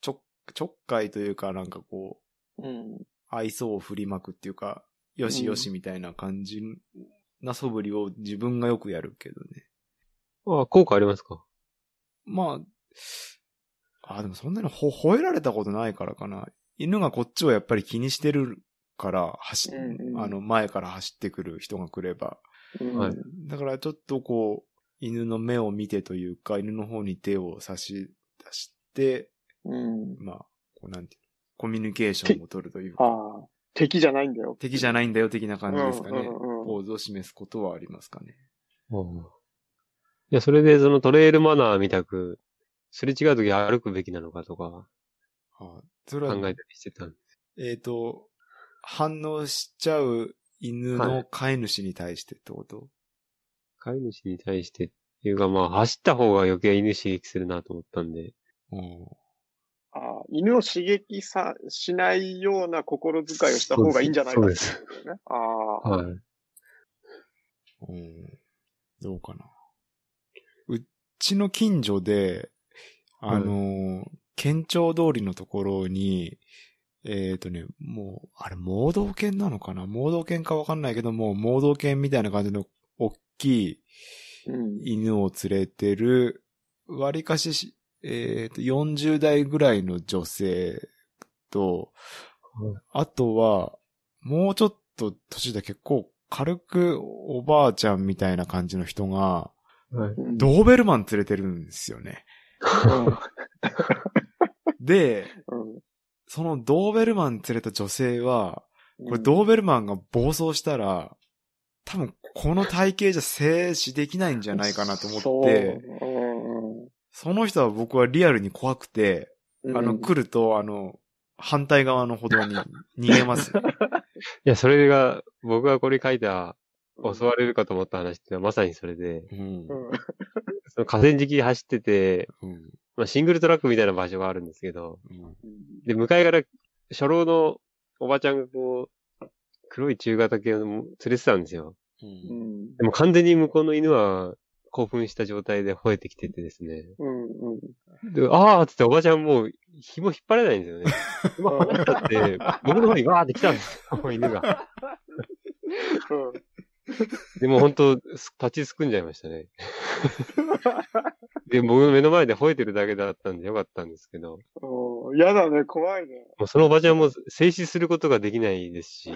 ちょ、ちょっかいというか、なんかこう、うん。愛想を振りまくっていうか、よしよしみたいな感じな素振りを自分がよくやるけどね。ああ、効果ありますかまあ、あ、でもそんなにほ、吠えられたことないからかな。犬がこっちをやっぱり気にしてるから走、うんうんあの、前から走ってくる人が来れば。うんはいだからちょっとこう、犬の目を見てというか、犬の方に手を差し出して、うん。まあ、こうなんていうのコミュニケーションを取るというか、ああ、敵じゃないんだよ。敵じゃないんだよ的な感じですかねう。んうんうんポーズを示すことはありますかね。うんいや、それでそのトレイルマナーみたく、すれ違うとき歩くべきなのかとかはいそれ考は、えたりしてたんでえっ、と、反応しちゃう犬の飼い主に対してってこと、飼い主に対してっていうかまあ走った方が余計犬刺激するなと思ったんで、うんああ犬を刺激さ、しないような心遣いをした方がいいんじゃないかそうってでこす。とだよね。ああ、はい。うんどうかな。うちの近所で、あのー、県庁通りのところに、えっ、とね、もう、あれ、盲導犬なのかな盲導犬かわかんないけども、盲導犬みたいな感じの大きいうん。犬を連れてる、割かしし、えっ、と、40代ぐらいの女性とうん、あとは、もうちょっと年で結構軽くおばあちゃんみたいな感じの人が、はい。うんドーベルマン連れてるんですよ ね。で、うんそのドーベルマン連れた女性は、うんこれドーベルマンが暴走したら、多分この体型じゃ静止できないんじゃないかなと思って、そううんうんその人は僕はリアルに怖くて、うんあの、来ると、あの、反対側の歩道 に逃げます。いや、それが、僕がこれ書いた、襲われるかと思った話ってのはまさにそれで、うんう。んその河川敷走ってて、うん。まあシングルトラックみたいな場所があるんですけど、うんで、向かいから、初老のおばちゃんがこう、黒い中型犬を連れてたんですよ。ううんんでも完全に向こうの犬は興奮した状態で吠えてきててですね。うんうんで、あーっつっておばちゃんもう紐引っ張れないんですよね。うんあなた って、僕の方にわーって来たんですよ、 犬が。でもう本当、す立ちすくんじゃいました ね。で、僕の目の前で吠えてるだけだったんでよかったんですけど、うんやだね、怖いね。もうそのおばちゃんも静止することができないですし、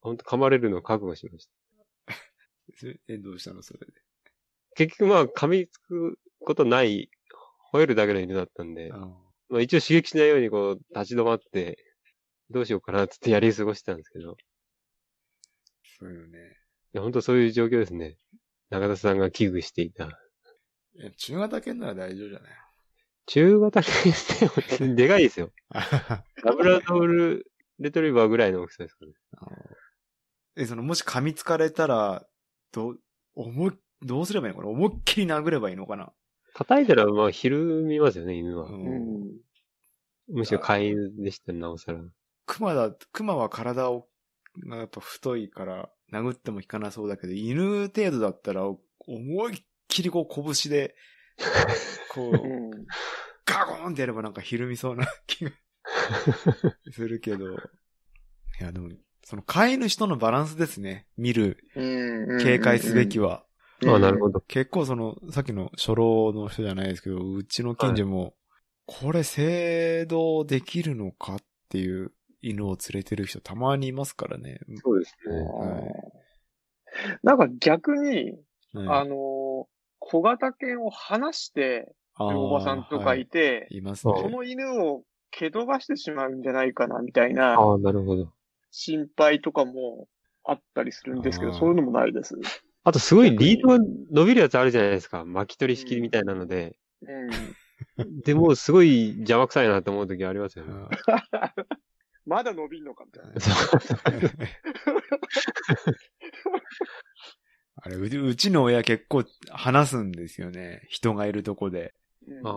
本当噛まれるのを覚悟しました。それえ、どうしたのそれで。結局まあ噛みつくことない、吠えるだけの犬だったんで、あまあ一応刺激しないようにこう立ち止まって、どうしようかなっつってやり過ごしてたんですけど、いそうよね。や本当そういう状況ですね。中田さんが危惧していた。いや中型犬なら大丈夫じゃない中型犬って でかいですよ。あははラブラドールレトリバーぐらいの大きさですかね。 え、その、もし噛みつかれたら、ど、思い、どうすればいいのかな思いっきり殴ればいいのかな叩いたらまあひるみますよね、犬はう。。うんん。むしろ飼い犬でしたね、なおさら。熊だ、熊は体を、がやっぱ太いから、殴っても効かなそうだけど、犬程度だったら、思いっきりこう、拳で、こう う、んガゴーンってやればなんかひるみそう な気がするけど。いや、でも、その飼い主とのバランスですね。見る、うん。警戒すべきは。は。うんああ、なるほど。結構その、さっきの初老の人じゃないですけど、うちの近所も、これ制度できるのかっていう犬を連れてる人たまにいますからね。そうですね。はいなんか逆に、うんあの、小型犬を離してあーるおばさんとかはいいて、いますはそね。の犬を蹴飛ばしてしまうんじゃないかな、みたいなああ、なるほど。心配とかもあったりするんですけど、あーそういうのもないです。あとすごいリードが伸びるやつあるじゃないですか。巻き取り式みたいなので。うん。でもすごい邪魔くさいなと思う時ありますよね。あまだ伸びんのか、みたいな。そうー あれうち、うちの親結構話すんですよね。人がいるとこで。うんあ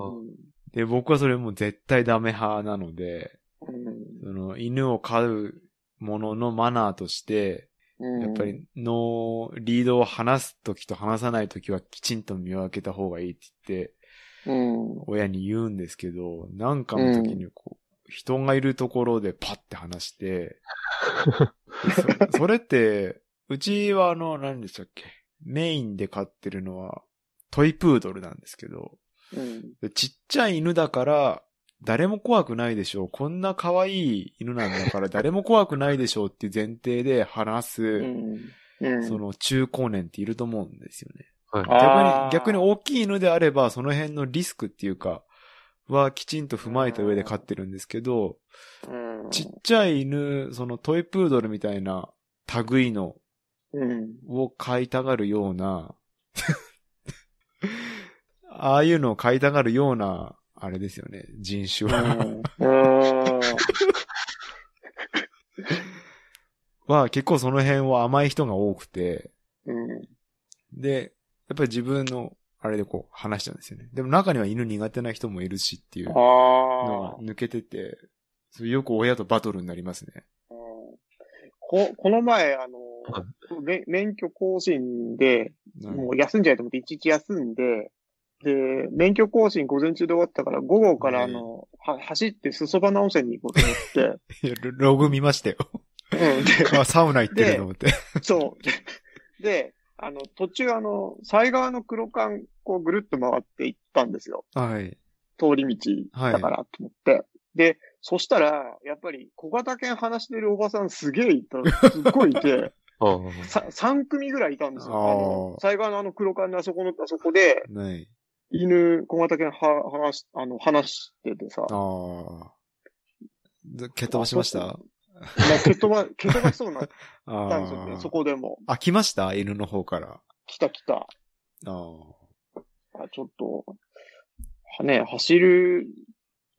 で、僕はそれもう絶対ダメ派なので、その犬を飼うもののマナーとして、うんやっぱ、りのリードを離すときと離さないときはきちんと見分けた方がいいって言って、うん。うん親に言うんですけど、なんかの時にこう、人がいるところでパッて話して、そ それって、うちはあの、何でしたっけ、メインで飼ってるのはトイプードルなんですけど、うん。でちっちゃい犬だから、誰も怖くないでしょう。こんな可愛い犬なんだから誰も怖くないでしょうっていう前提で話す、うん。うん。その中高年っていると思うんですよね。はい。逆あに、ー逆に大きい犬であれば、その辺のリスクっていうか、はきちんと踏まえた上で飼ってるんですけど、うんちっちゃい犬、そのトイプードルみたいな類のうん。を飼いたがるような、 ああいうのを飼いたがるような、あれですよね、人種は。うん。は結構その辺は甘い人が多くて、うん。で、やっぱり自分の、あれでこう話したんですよね。でも中には犬苦手な人もいるしっていうのああが。抜けてて、それよく親とバトルになりますね。うんここの前、あのは、め免許更新で、うんもう休んじゃいと思って、いちいち休んで、で、免許更新午前中で終わったから、午後から、あの、は走って裾花温泉に行こうと思っいやロログ見ましたよ。 て、うん、で、あ、サウナ行ってると思って。 そう。で、あの、途中、あの、西側の黒缶、こう、ぐるっと回って行ったんですよ。はい。通り道だからと思って。で、そしたら、やっぱり小型犬話してるおばさんすげえいた、すっごいい て、ああ。さ3組ぐらいいたんですよ。あーあの、最後のあの黒缶のあそこの、あそこで、ない。犬、小型犬は話し、あの、話しててさ、ああ。で蹴っ飛ばしましたまあ、蹴飛ば、蹴飛ばしそうになっあたんですよね。そあ。こでも、あ、来ました犬の方から。来た来た。ああ。あちょっと、はね、走る、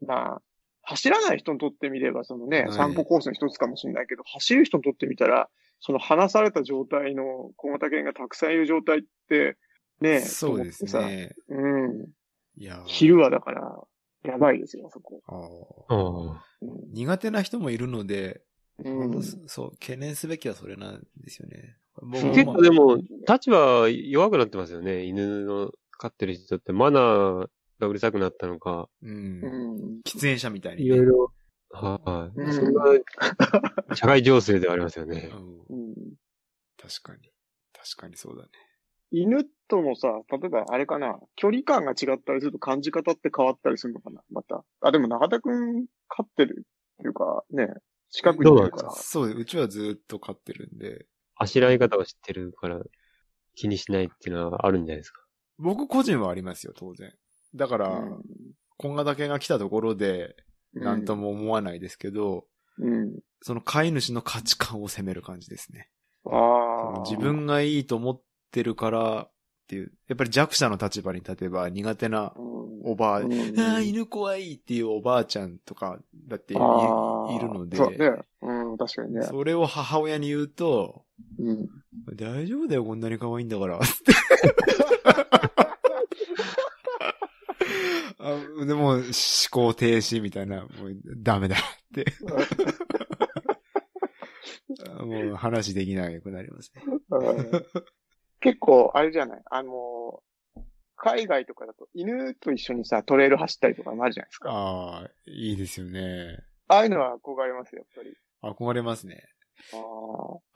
まあ、走らない人にとってみれば、そのね、はい散歩コースの一つかもしれないけど、走る人にとってみたら、その離された状態の小型犬がたくさんいる状態って、ね、そうですと思ってさ。ね。うん。いやー昼はだから、やばいですよ、そこ。ああああ。う苦手な人もいるので、ん。うん本当そう、懸念すべきはそれなんですよね。僕うん結まあ構でも、立場弱くなってますよね。犬の飼ってる人って、マナーがうるさくなったのか、うん。うん。喫煙者みたいに。いろいろ。はい、うんそんな、社会情勢ではありますよねう。んうん確かに。確かにそうだね。犬とのさ、例えばあれかな、距離感が違ったりすると感じ方って変わったりするのかな、また。あ、でも中田くん飼ってるっていうか、ね、近くにいるから。そう、うちはずっと飼ってるんで、あしらい方を知ってるから、気にしないっていうのはあるんじゃないですか。僕個人はありますよ、当然。だから、こんがだけが来たところで、うんなんと。も思わないですけど、うん。その飼い主の価値観を責める感じですね。ああ。自分がいいと思ってるからっていう、やっぱり弱者の立場に立てば苦手なうん、おばあ、うんああ、犬怖いっていうおばあちゃんとかだっていいるあーので、そうね。うん、確かにね。それを母親に言うと、うん。大丈夫だよ、こんなに可愛いんだから。あでも、思考停止みたいな、もうダメだ って。あもう話できなくなりますね。うん 結構、あれじゃないあの、海外とかだと犬と一緒にさ、トレイル走ったりとかもあるじゃないですか。ああ、いいですよね。ああいうのは憧れますよ、やっぱり。憧れますね。あ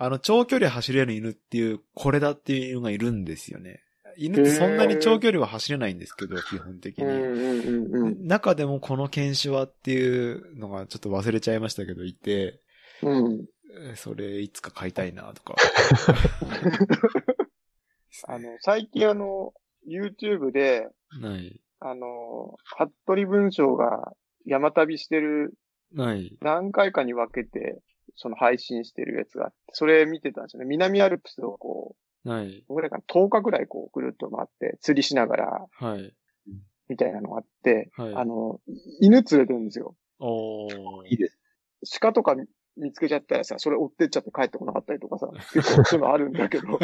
あ。あの、長距離走れる犬っていう、これだっていう犬がいるんですよね。犬ってそんなに長距離は走れないんですけど、基本的に。うんうんうん中でもこの犬種はっていうのがちょっと忘れちゃいましたけど、いて、うん。うん。えーそれいつか飼いたいなと か。あの、最近あの、YouTube で、ない。あの、服部文章が山旅してるない。何回かに分けて、その配信してるやつがあって、それ見てたんですよね。南アルプスをこない。う、どれかな10日くらいこう、ぐるっと回って、釣りしながら、はい。みたいなのがあって、はい。あの、犬連れてるんですよ。おーいいです。鹿とか見つけちゃったらさ、それ追ってっちゃって帰ってこなかったりとかさ、結構そういうのあるんだけ ど。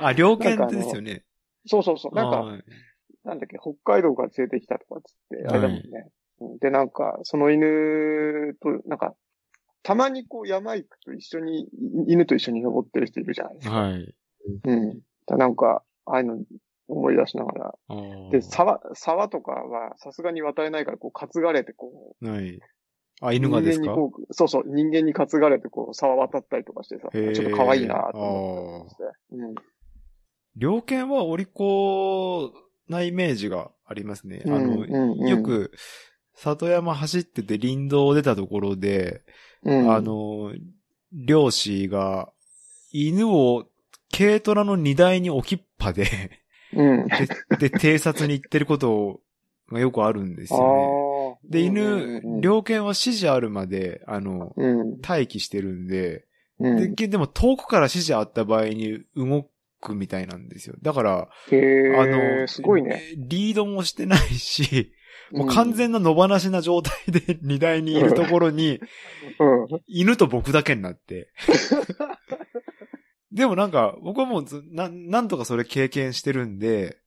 あ、猟犬ですよね。そうそうそう。なんか、はいなんだっけ、北海道から連れてきたとかっつって、あれだもんね。うんで、なんか、その犬と、なんか、たまにこう山行くと一緒に、い犬と一緒に登ってる人いるじゃないですか。はい。うん。だなんか、ああいうの思い出しながら。あーで、沢、沢とかはさすがに渡れないから、こう担がれてこう。ない。あ、犬がです人間かにこう、そうそう、人間に担がれてこう、沢渡ったりとかしてさ、へーちょっと可愛いなと思ったりして。うん。猟犬はお利口なイメージがありますね。あうんの、うんうんよく、里山走ってて林道を出たところで、うん。あ、の、漁師が、犬を軽トラの荷台に置きっぱで うん。で、偵察に行ってることがよくあるんですあよね。あ。で、うん犬うんう、ん、猟犬は指示あるまで、あの、うん。待機してるんで、うん。で、けでも遠くから指示あった場合に動くみたいなんですよ。だから、へえ、ああの、の、すごいね。。リードもしてないし、もう完に。全な野放しな状態で荷台にいるところに、うん。犬と僕だけになって。 でもなんか、僕はもうずな、なんとかそれ経験してるんで、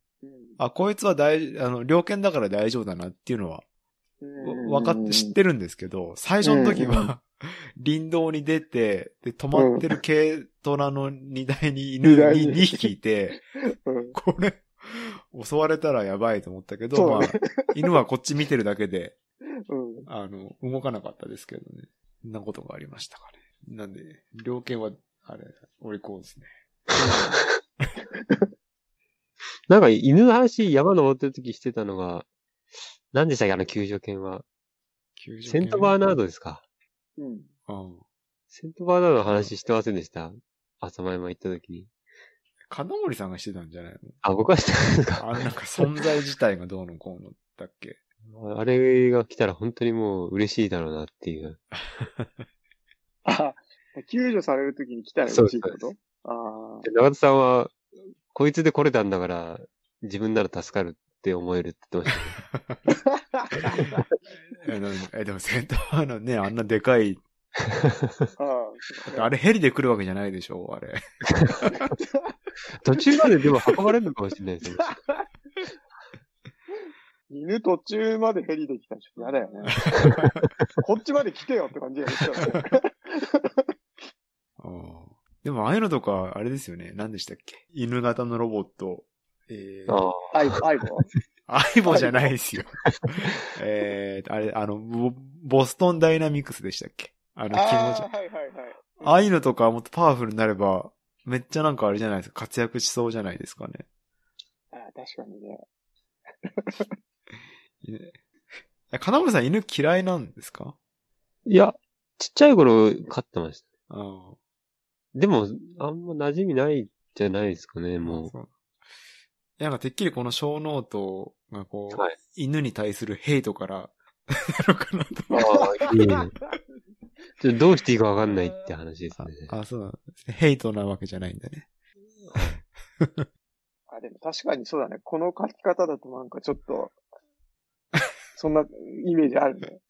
あ、こいつは大、あの、猟犬だから大丈夫だなっていうのは、わわかって、知ってるんですけど、最初の時は、 林道に出て、で、止まってる軽トラの荷台に犬荷台にに2匹いて、うんこれ、襲われたらやばいと思ったけど、そうまだあ、犬はこっち見てるだけで、うん。あの、動かなかったですけどね。そんなことがありましたかね。なんで、猟犬は、あれ、俺こうですね。なんか犬の話山登ってる時してたのが、何でしたっけあの救助犬は。救助セ犬ントバーナードですか。うん。うん。セントバーナードの話してませんでした朝前も行った時に。金森さんがしてたんじゃないのあ、僕はしてないですかあなんか存在自体がどうのこうのだっけあれが来たら本当にもう嬉しいだろうなっていう。あ、救助されるときに来たら嬉しいってことそうあで長田さんは、こいつで来れたんだから、自分なら助かるって思えるって言ってましたね。え、なんえでもセントバーナードね、あんなでかい。あ。ああれヘリで来るわけじゃないでしょあ れ。 途中まででも運ばれるのかもしれないですね。犬途中までヘリで来たらちょっと嫌だよね。こっちまで来てよって感じがしちゃうね。うんでもああいうのとか、あれですよね。何でしたっけ犬型のロボット。えー、 ああアイボ、アイボ相棒じゃないですよ。えーと、あれ、あの、ボボストンダイナミクスでしたっけあの、気持ちあ。あ、はいはいはい。ああいうのとかもっとパワフルになれば、めっちゃなんかあれじゃないですか。活躍しそうじゃないですかね。ああ、確かにね。犬え金森さん犬嫌いなんですかいや、ちっちゃい頃飼ってました。あでも、あんま馴染みないじゃないですかね、あ。もう。そういやなんかてっきりこの小ノートがこう、はい犬に対するヘイトから、なのかなと。ああ、いいね。 ちょっとどうしていいかわかんないって話ですね。あ、そうなんですね。ヘイトなわけじゃないんだね。あ、でも確かにそうだね。この書き方だとなんかちょっと、そんなイメージあるね。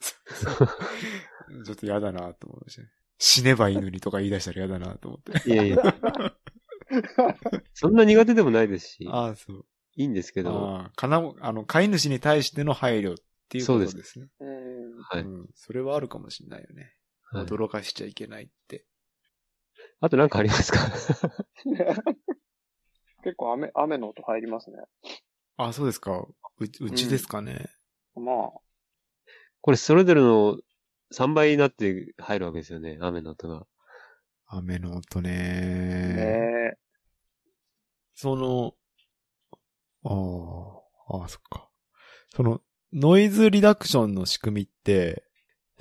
ちょっと嫌だなと思いましたね。死ねばいいのにとか言い出したら嫌だなと思って。いやいや。そんな苦手でもないですし、ああ、そう。いいんですけど、ああ、かな、あの、飼い主に対しての配慮っていうことそうでですすね。うん。はいうん。それはあるかもしれないよね。はい驚かしちゃいけないって。あとなんかありますか結構雨、雨の音入りますね。あ、そうですか。う、うちですかね。まこれそれぞれの3倍になって入るわけですよね、雨の音が。雨の音ねあ、ねえ。その、ああ、ああ、そっか。その、ノイズリダクションの仕組みって、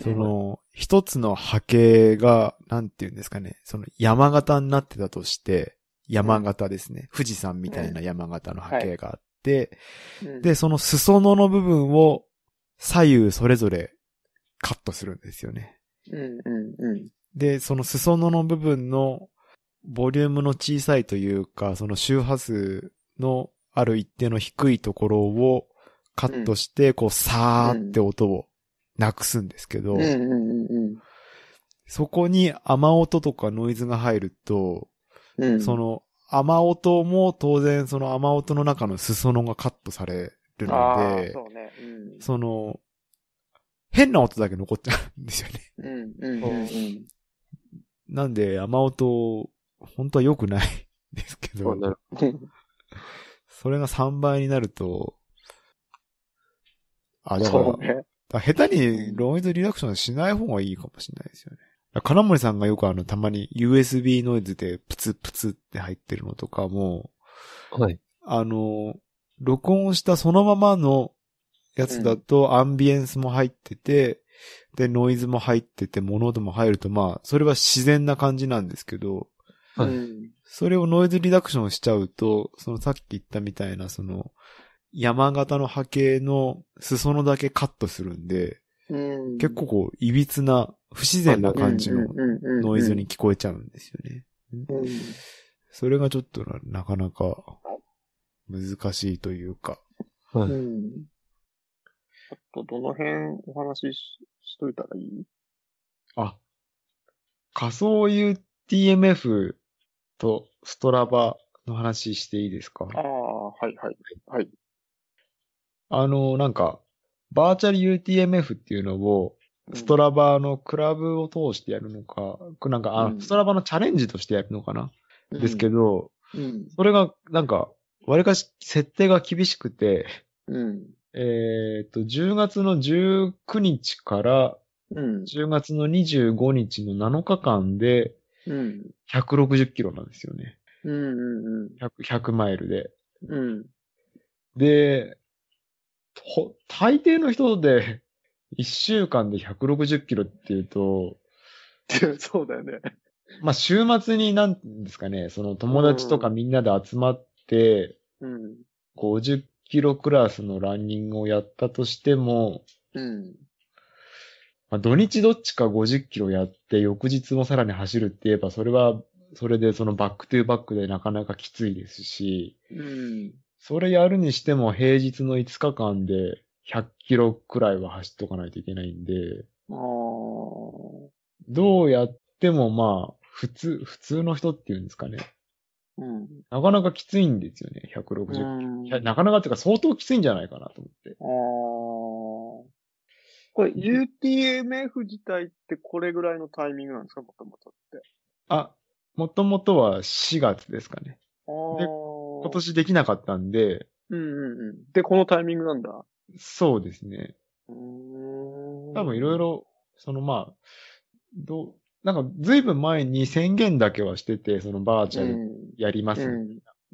その、一つの波形が、なんていうんですかね、その山形になってたとして、山形ですね。富士山みたいな山形の波形があって、うん、で、その裾野の部分を左右それぞれカットするんですよね。うん、うん、うん。で、その裾野の部分のボリュームの小さいというか、その周波数のある一定の低いところをカットして、こう、さーって音をなくすんですけど、うん、うん、うんそこに雨音とかノイズが入ると、うん。うん。そ、の雨音も当然その雨音の中の裾野がカットされるあのあ、で、そうね。うん。その、変な音だけ残っちゃうんですよね。うん、うん、うんうん。なんで、雨音、本当は良くないですけあど、なるそれが3倍になると、あ、だから、そうね。だから下手にノイズリダクションしない方がいいかもしれないですよね。だから金森さんがよくあの、たまに USB ノイズでプツプツって入ってるのとかも、ほどはい。あの、録音したそのままのやつだとアンビエンスも入ってて、で、ノイズも入ってて、物音も入ると、まあ、それは自然な感じなんですけど、はいうんそれをノイズリダクションしちゃうと、そのさっき言ったみたいな、その、山形の波形の裾野だけカットするんで、うん結構こう、いびつな、不自然な感じのノイズ。に聞こえちゃうんですよね。うんうんうんうんそれがちょっとななかなか難しいというか。はうんい。うんちょっとどの辺お話ししといたらいいあ、仮想 UTMF とストラバの話していいですかああ、はいはい。はい。あの、なんか、バーチャル UTMF っていうのを、ストララバのクラブを通してやるのか、くなんか、あうんストラバのチャレンジとしてやるのかな、ですけど。ど、うん。それが、なんか、わりかし設定が厳しくて、うん。えっと、10月の19日からうん。 10月の25日の7日間でうん。 160キロなんですよね。うん。うん。 100, 100マイルで。うん。で、ほ大抵の人で1週間で160キロっていうと、そうだよね。まあ、週末になんですかね、その友達とかみんなで集まって、うん。 50キロクラスのランニングをやったとしても、うん。まあ、土日どっちか50キロやって、翌日もさらに走るって言えば、それは、それでそのバックトゥーバックでなかなかきついですし、うん。それやるにしても平日の5日間で100キロくらいは走っとかないといけないんで、ああ。どうやってもまあ、普通、普通の人っていうんですかね。うん。なかなかきついんですよね、160キロ。いや、なかなかっていうか相当きついんじゃないかなと思って。ああ。これ、UTMF 自体ってこれぐらいのタイミングなんですかもともとって。あ、もともとは4月ですかね。ああ。今今。年できなかったんで、うんうんうん。で、このタイミングなんだ。そうですね。うーん。多分いろいろ、そのまあ、どう、なんか随分前に宣言だけはしてて、そのバーチうャルん。やります。うん。う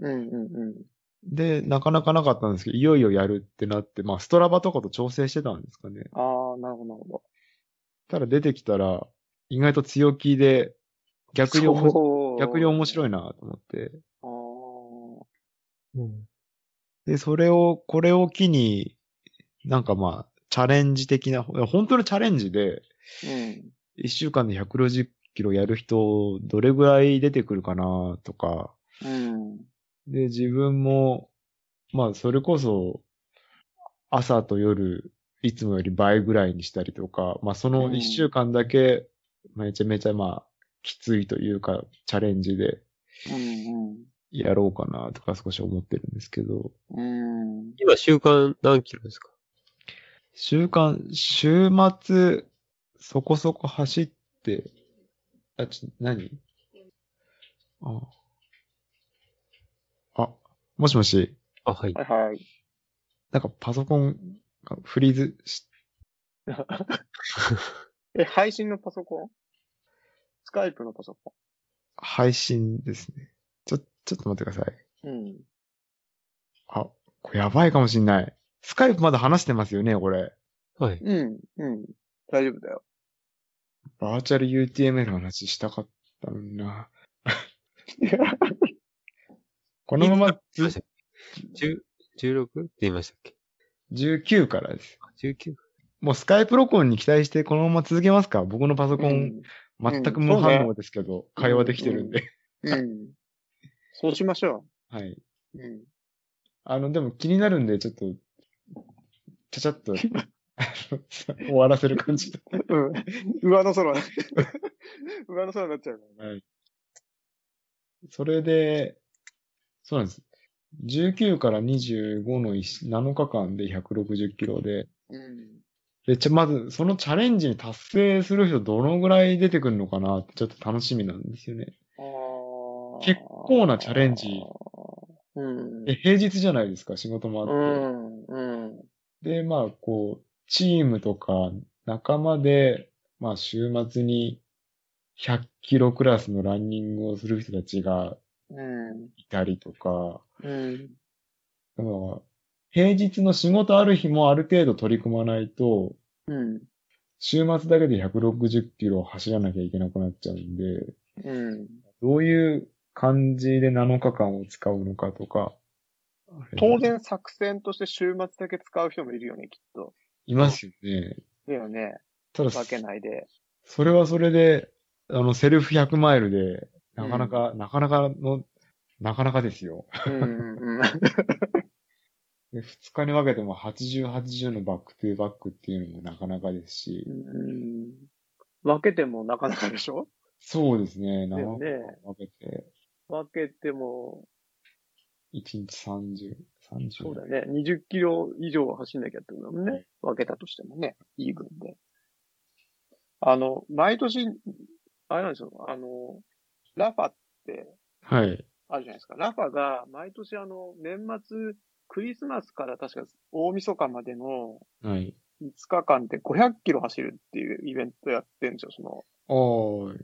んうんうん。で、なかなかなかったんですけど、いよいよやるってなって、まあストラバとかと調整してたんですかね。ああ、なるほど、なるほど。ただ出てきたら、意外と強気で、逆におも、も逆に面白い。いなと思って。あーうんで、それを、これを機に、なんかまあ、チャレンジ的な、本当のチャレンジで、うん。一週間で160キロやる人、どれぐらい出てくるかなとか、うん。で、自分も、まあ、それこそ、朝と夜、いつもより倍ぐらいにしたりとか、まあ、その一週間だけ、めちゃめちゃまあ、きついというか、チャレンジでうん。やろうかなとか少し思ってるんですけど、うん。うん。今、週間何キロですか週間、週末、そこそこ走って、あ、ちょ、何あ、あ、もしもし、あ、はい。はいはい。なんかパソコンがフリーズし、え、配信のパソコンスカイプのパソコ配信ですね。ちょ、ちょっと待ってください。ン。うん。あ、これやばいかもしんない。スカイプまだ話してますよね、これ。はい。うん。うん。大丈夫だよ。バーチャル UTML の話したかったのにな。このまま言いましたっけ ?10、16って言いましたっけ19からです。あ ?19? もうスカイプ録音に期待してこのまま続けますか僕のパソコうンん。全く無反応ですけど、ね会話できてるんで。うん。そうしましょはい。う。うん。あの、でも気になるんで、ちょっと、ちゃちゃっと、 あの終わらせる感じで。うん。 上の空。上の空になっちゃうからね。それで、そうなんです。19から25の一7日間で160キロで、うん。で、ちょ、まず、そのチャレンジに達成する人どのぐらい出てくるのかなってちょっと楽しみなんですよね。結結構なチャレンジ。うん。で、平日じゃないですか、仕事もあっうて。ん。うん。で、まあ、こう、チームとか仲間で、まあ、週末に100キロクラスのランニングをする人たちがうん。いたりとか、うん。だから平日の仕事ある日もある程度取り組まないと、うん。週末だけで160キロ走らなきゃいけなくなっちゃうんで、うん。どういう感じで7日間を使うのかとか。当。然作戦として週末だけ使う人もいるよね、きっと。いますよね。だよね。ただ、分けないで。それはそれで、あの、セルフ100マイルで、なかなか、なかなかの、なかなかですよ。うんうんうん。で2日に分けても80、80のバックトゥーバックっていうのもなかなかですし、うん分けてもなかなかでしょそうですね、だよ7日ね。分けて、分けても、 1日30、30。そうだね。20キロ以上走んなきゃってことだもんね。分けたとしてもね。イーブンで。あの、毎年、あれなんですよ。あの、ラファってはい。あるじゃないですか。ラファが毎年あの、年末、クリスマスから確か大晦日までのはい。 5日間で500キロ走るっていうイベントやってるんですよ、その。おーい。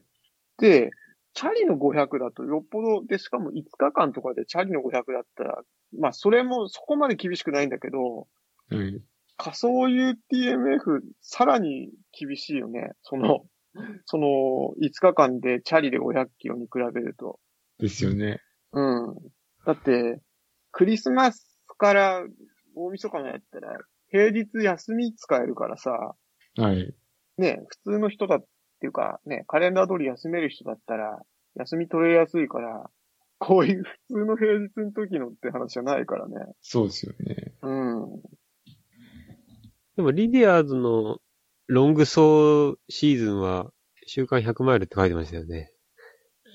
で、チャリの500だとよっぽど、で、しかも5日間とかでチャリの500だったら、まあそれもそこまで厳しくないんだけど、はい。仮想 UTMF さらに厳しいよね。その、その5日間でチャリで500キロに比べると。ですよね。うん。だって、クリスマスから大晦日までやったら、平日休み使えるからさ、はい。ね、普通の人だっていうか、ね、カレンダー通り休める人だったら、休み取れやすいから、こういう普通の平日の時のって話じゃないからね。そうですよね。うん。でも、リディアーズのロング走シーズンは、週間100マイルって書いてましたよね。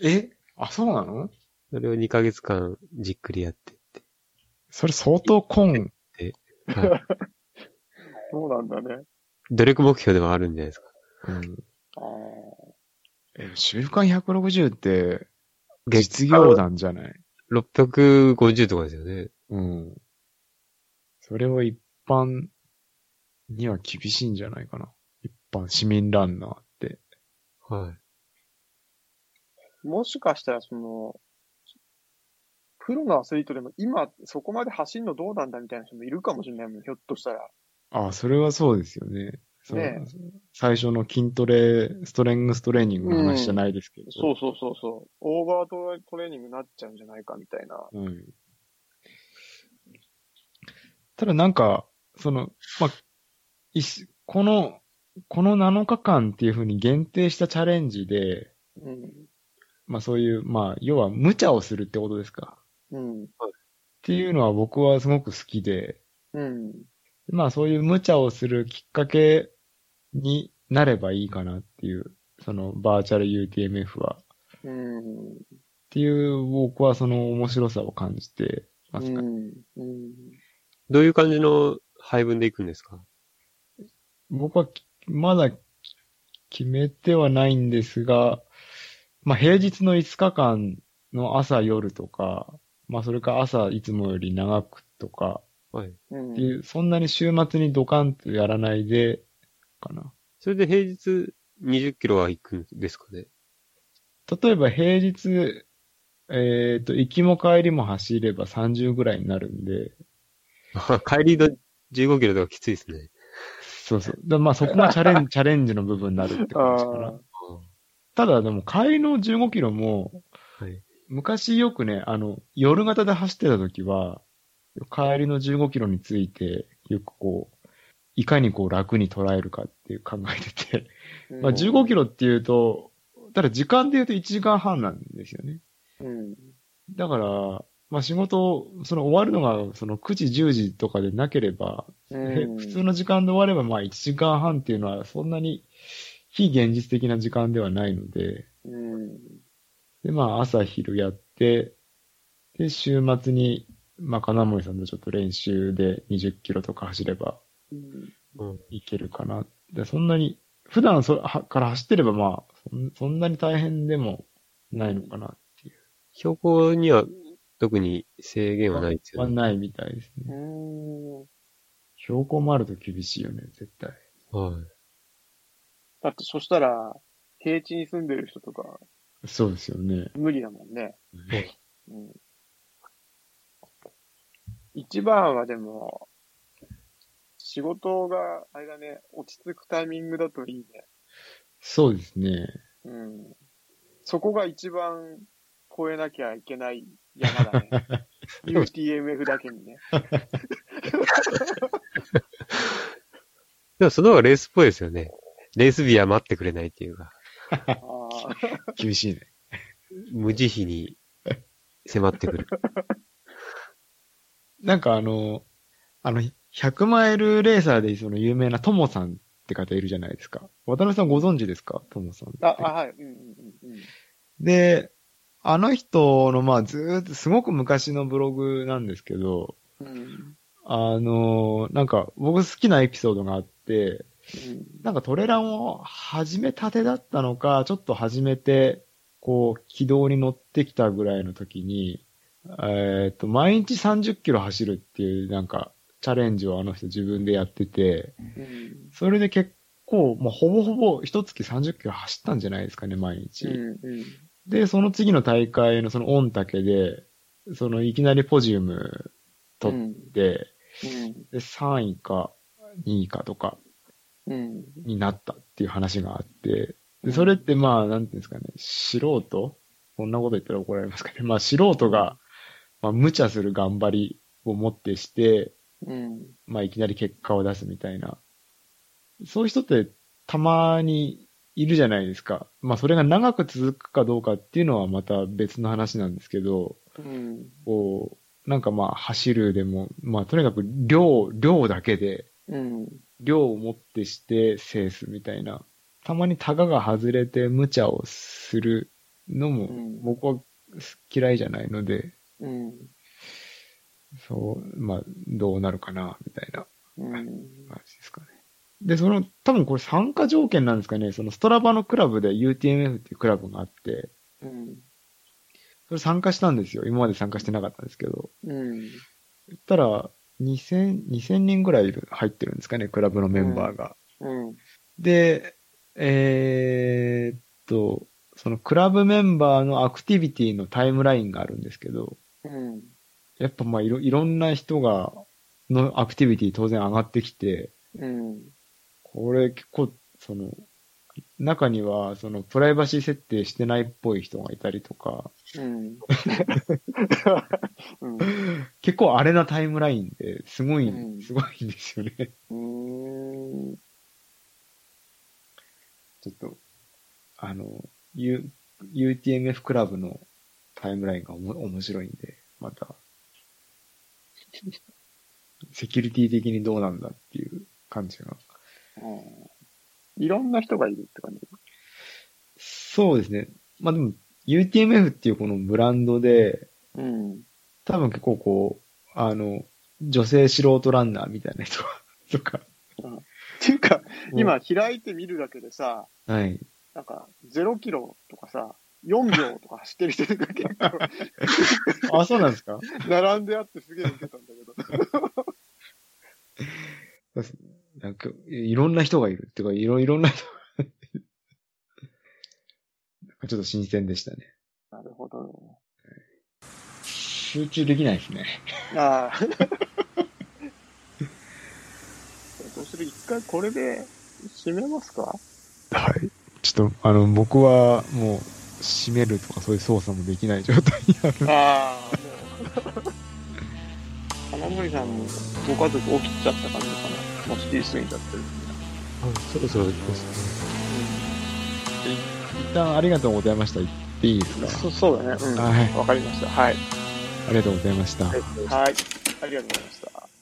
えあ、そうなのそれを2ヶ月間じっくりやってそれ相当コン。って。 はいそうなんだね。努力目標でもあるんじゃないですか。うん。ああ。え、週間160って、実業団じゃない650とかですよね。うん。それは一般には厳しいんじゃないかな。一般市民ランナーって。はい。もしかしたらその、プロのアスリートでも今そこまで走るのどうなんだみたいな人もいるかもしれないもん、ひょっとしたら。あそれはそうですよね。そうね最初の筋トレ、ストレングストレーニングの話じゃないですけど。そうそうそうそう。オーバートレトレーニングになっちゃうんじゃないかみたいな。うん。ただなんか、その、まあ、いしこの、この7日間っていうふうに限定したチャレンジで、うん。まあそういう、まあ、要は無茶をするってことですか。うん。っていうのは僕はすごく好きで、うん。まあそういう無茶をするきっかけになればいいかなっていう、そのバーチャル UTMF は。うん。っていう僕はその面白さを感じてますかねうん。うん。どういう感じの配分で行くんですか僕はきまだ決めてはないんですが、まあ平日の5日間の朝夜とか、まあそれか朝いつもより長くとかはい。うんっていう、そんなに週末にドカンとやらないで、かな。それで平日20キロは行くんですかね 例えば平日、えっ、と、行きも帰りも走れば30ぐらいになるんで、帰りの15キロとかきついですね。そうそう。だまあそこがチャレンチャレンジの部分になるって感じかあなー。ただでも帰りの15キロも、はい。昔よくね、あの、夜型で走ってた時は、帰りの15キロについて、よくこう、いかにこう楽に捉えるかっていう考えてて、まあ15キロ。ロっていうと、ただ時間で言うと1時間半なんですよね。うん。だから、まあ仕事、その終わるのが、その9時、10時とかでなければ、へう ん普通の時間で終われば、まあ1時間半っていうのはそんなに非現実的な時間ではないので、うん。で、まあ朝昼やって、で、週末に、まあ金森さんとちょっと練習で20キロとか走ればうんうん。いけるかな。でそんなに、普段そはから走ってればまあそん、そんなに大変でもないのかな。標高には特に制限はないですよはね。ないみたいですね。うん。標高もあると厳しいよね、絶対。はい。だってそしたら、平地に住んでる人とか、そうですよね。無理だもんね。うんうん。一番はでも、仕事が、あれだね、落ち着くタイミングだといいね。そうですね。うん。そこが一番超えなきゃいけない山だね。UTMF だけにね。でもその方がレースっぽいですよね。レース日は待ってくれないっていうか、あー厳しいね。無慈悲に迫ってくる。なんかあの、あの、100マイルレーサーでその有名なトモさんって方いるじゃないですか。渡辺さんご存知ですかトモさんって。あ、あ、はい。うんうんうんうん。で、あの人の、まあ、ずーっと、すごく昔のブログなんですけど、うんあのーなんか、僕好きなエピソードがあって、なんかトレランを始めたてだったのか、ちょっと始めて、こう、軌道に乗ってきたぐらいの時に、えっ、と、毎日30キロ走るっていう、なんか、チャレンジをあの人自分でやってて、うんそれで結構、もうほぼほぼ一月30キロ走ったんじゃないですかね、毎日。うんうんで、その次の大会のその御嶽で、そのいきなりポジウムとうんで、うんで、3位か2位かとかうんになったっていう話があって、で、それってまあ、なんていうんですかね、素人こんなこと言ったら怒られますかね。まあ、素人が、まあ、無茶する頑張りをもってして、うんまあ、いきなり結果を出すみたいな。そういう人ってたまにいるじゃないですか。まあ、それが長く続くかどうかっていうのはまた別の話なんですけど、うんこう、なんかまあ、走るでも、まあ、とにかく量、量だけで、うん量をもってして制すみたいな。たまにタガが外れて無茶をするのもうん、僕は嫌いじゃないので、うんそう、まあ、どうなるかな、みたいな。うん感じですかね。で、その、多分これ参加条件なんですかね。そのストラバのクラブで UTMF っていうクラブがあって、うんそれ参加したんですよ。今まで参加してなかったんですけど。うん言ったら、2000、2000人ぐらいいる入ってるんですかね、クラブのメンバーが。うんで、えーっと、そのクラブメンバーのアクティビティのタイムラインがあるんですけど、うんやっぱまあいろ、いろんな人が、のアクティビティ当然上がってきて、うんこれ結構、その、中には、その、プライバシー設定してないっぽい人がいたりとか、うん結構あれなタイムラインで、すごい、うんすごいんですよね。うんうんちょっと、あの、U、UTMF クラブのタイムラインがおも面白いんで、また、 セキュリティ的にどうなんだっていう感じが。いろんな人がいるって感じ。そうですね。まあでも、UTMF っていうこのブランドで、うん。多分結構こう、あの、女性素人ランナーみたいな人がとか。っていうか、今開いてみるだけでさ、はい。なんか、0キロとかさ、4秒とか走ってる人が結構、あ、そうなんですか並んであってすげえ受けたんだけど。なんか、いろんな人がいる。っていうか、いろ、いろんな人がなんかちょっと新鮮でしたね。なるほど。集中できないですね。ああ。 どうする一回これで締めますかはい。ちょっと、あの、僕はもう、閉めるとかそういう操作もできない状態になる。ああ、花森さんもご家族起きちゃった感じかな。もう7時過ぎちゃってる。そろそろ行きます一旦ありがとうございました。言っていいですかそそうだね。うん。はいわかりました。はい。ありがとうございました。はい。ありがとうございました。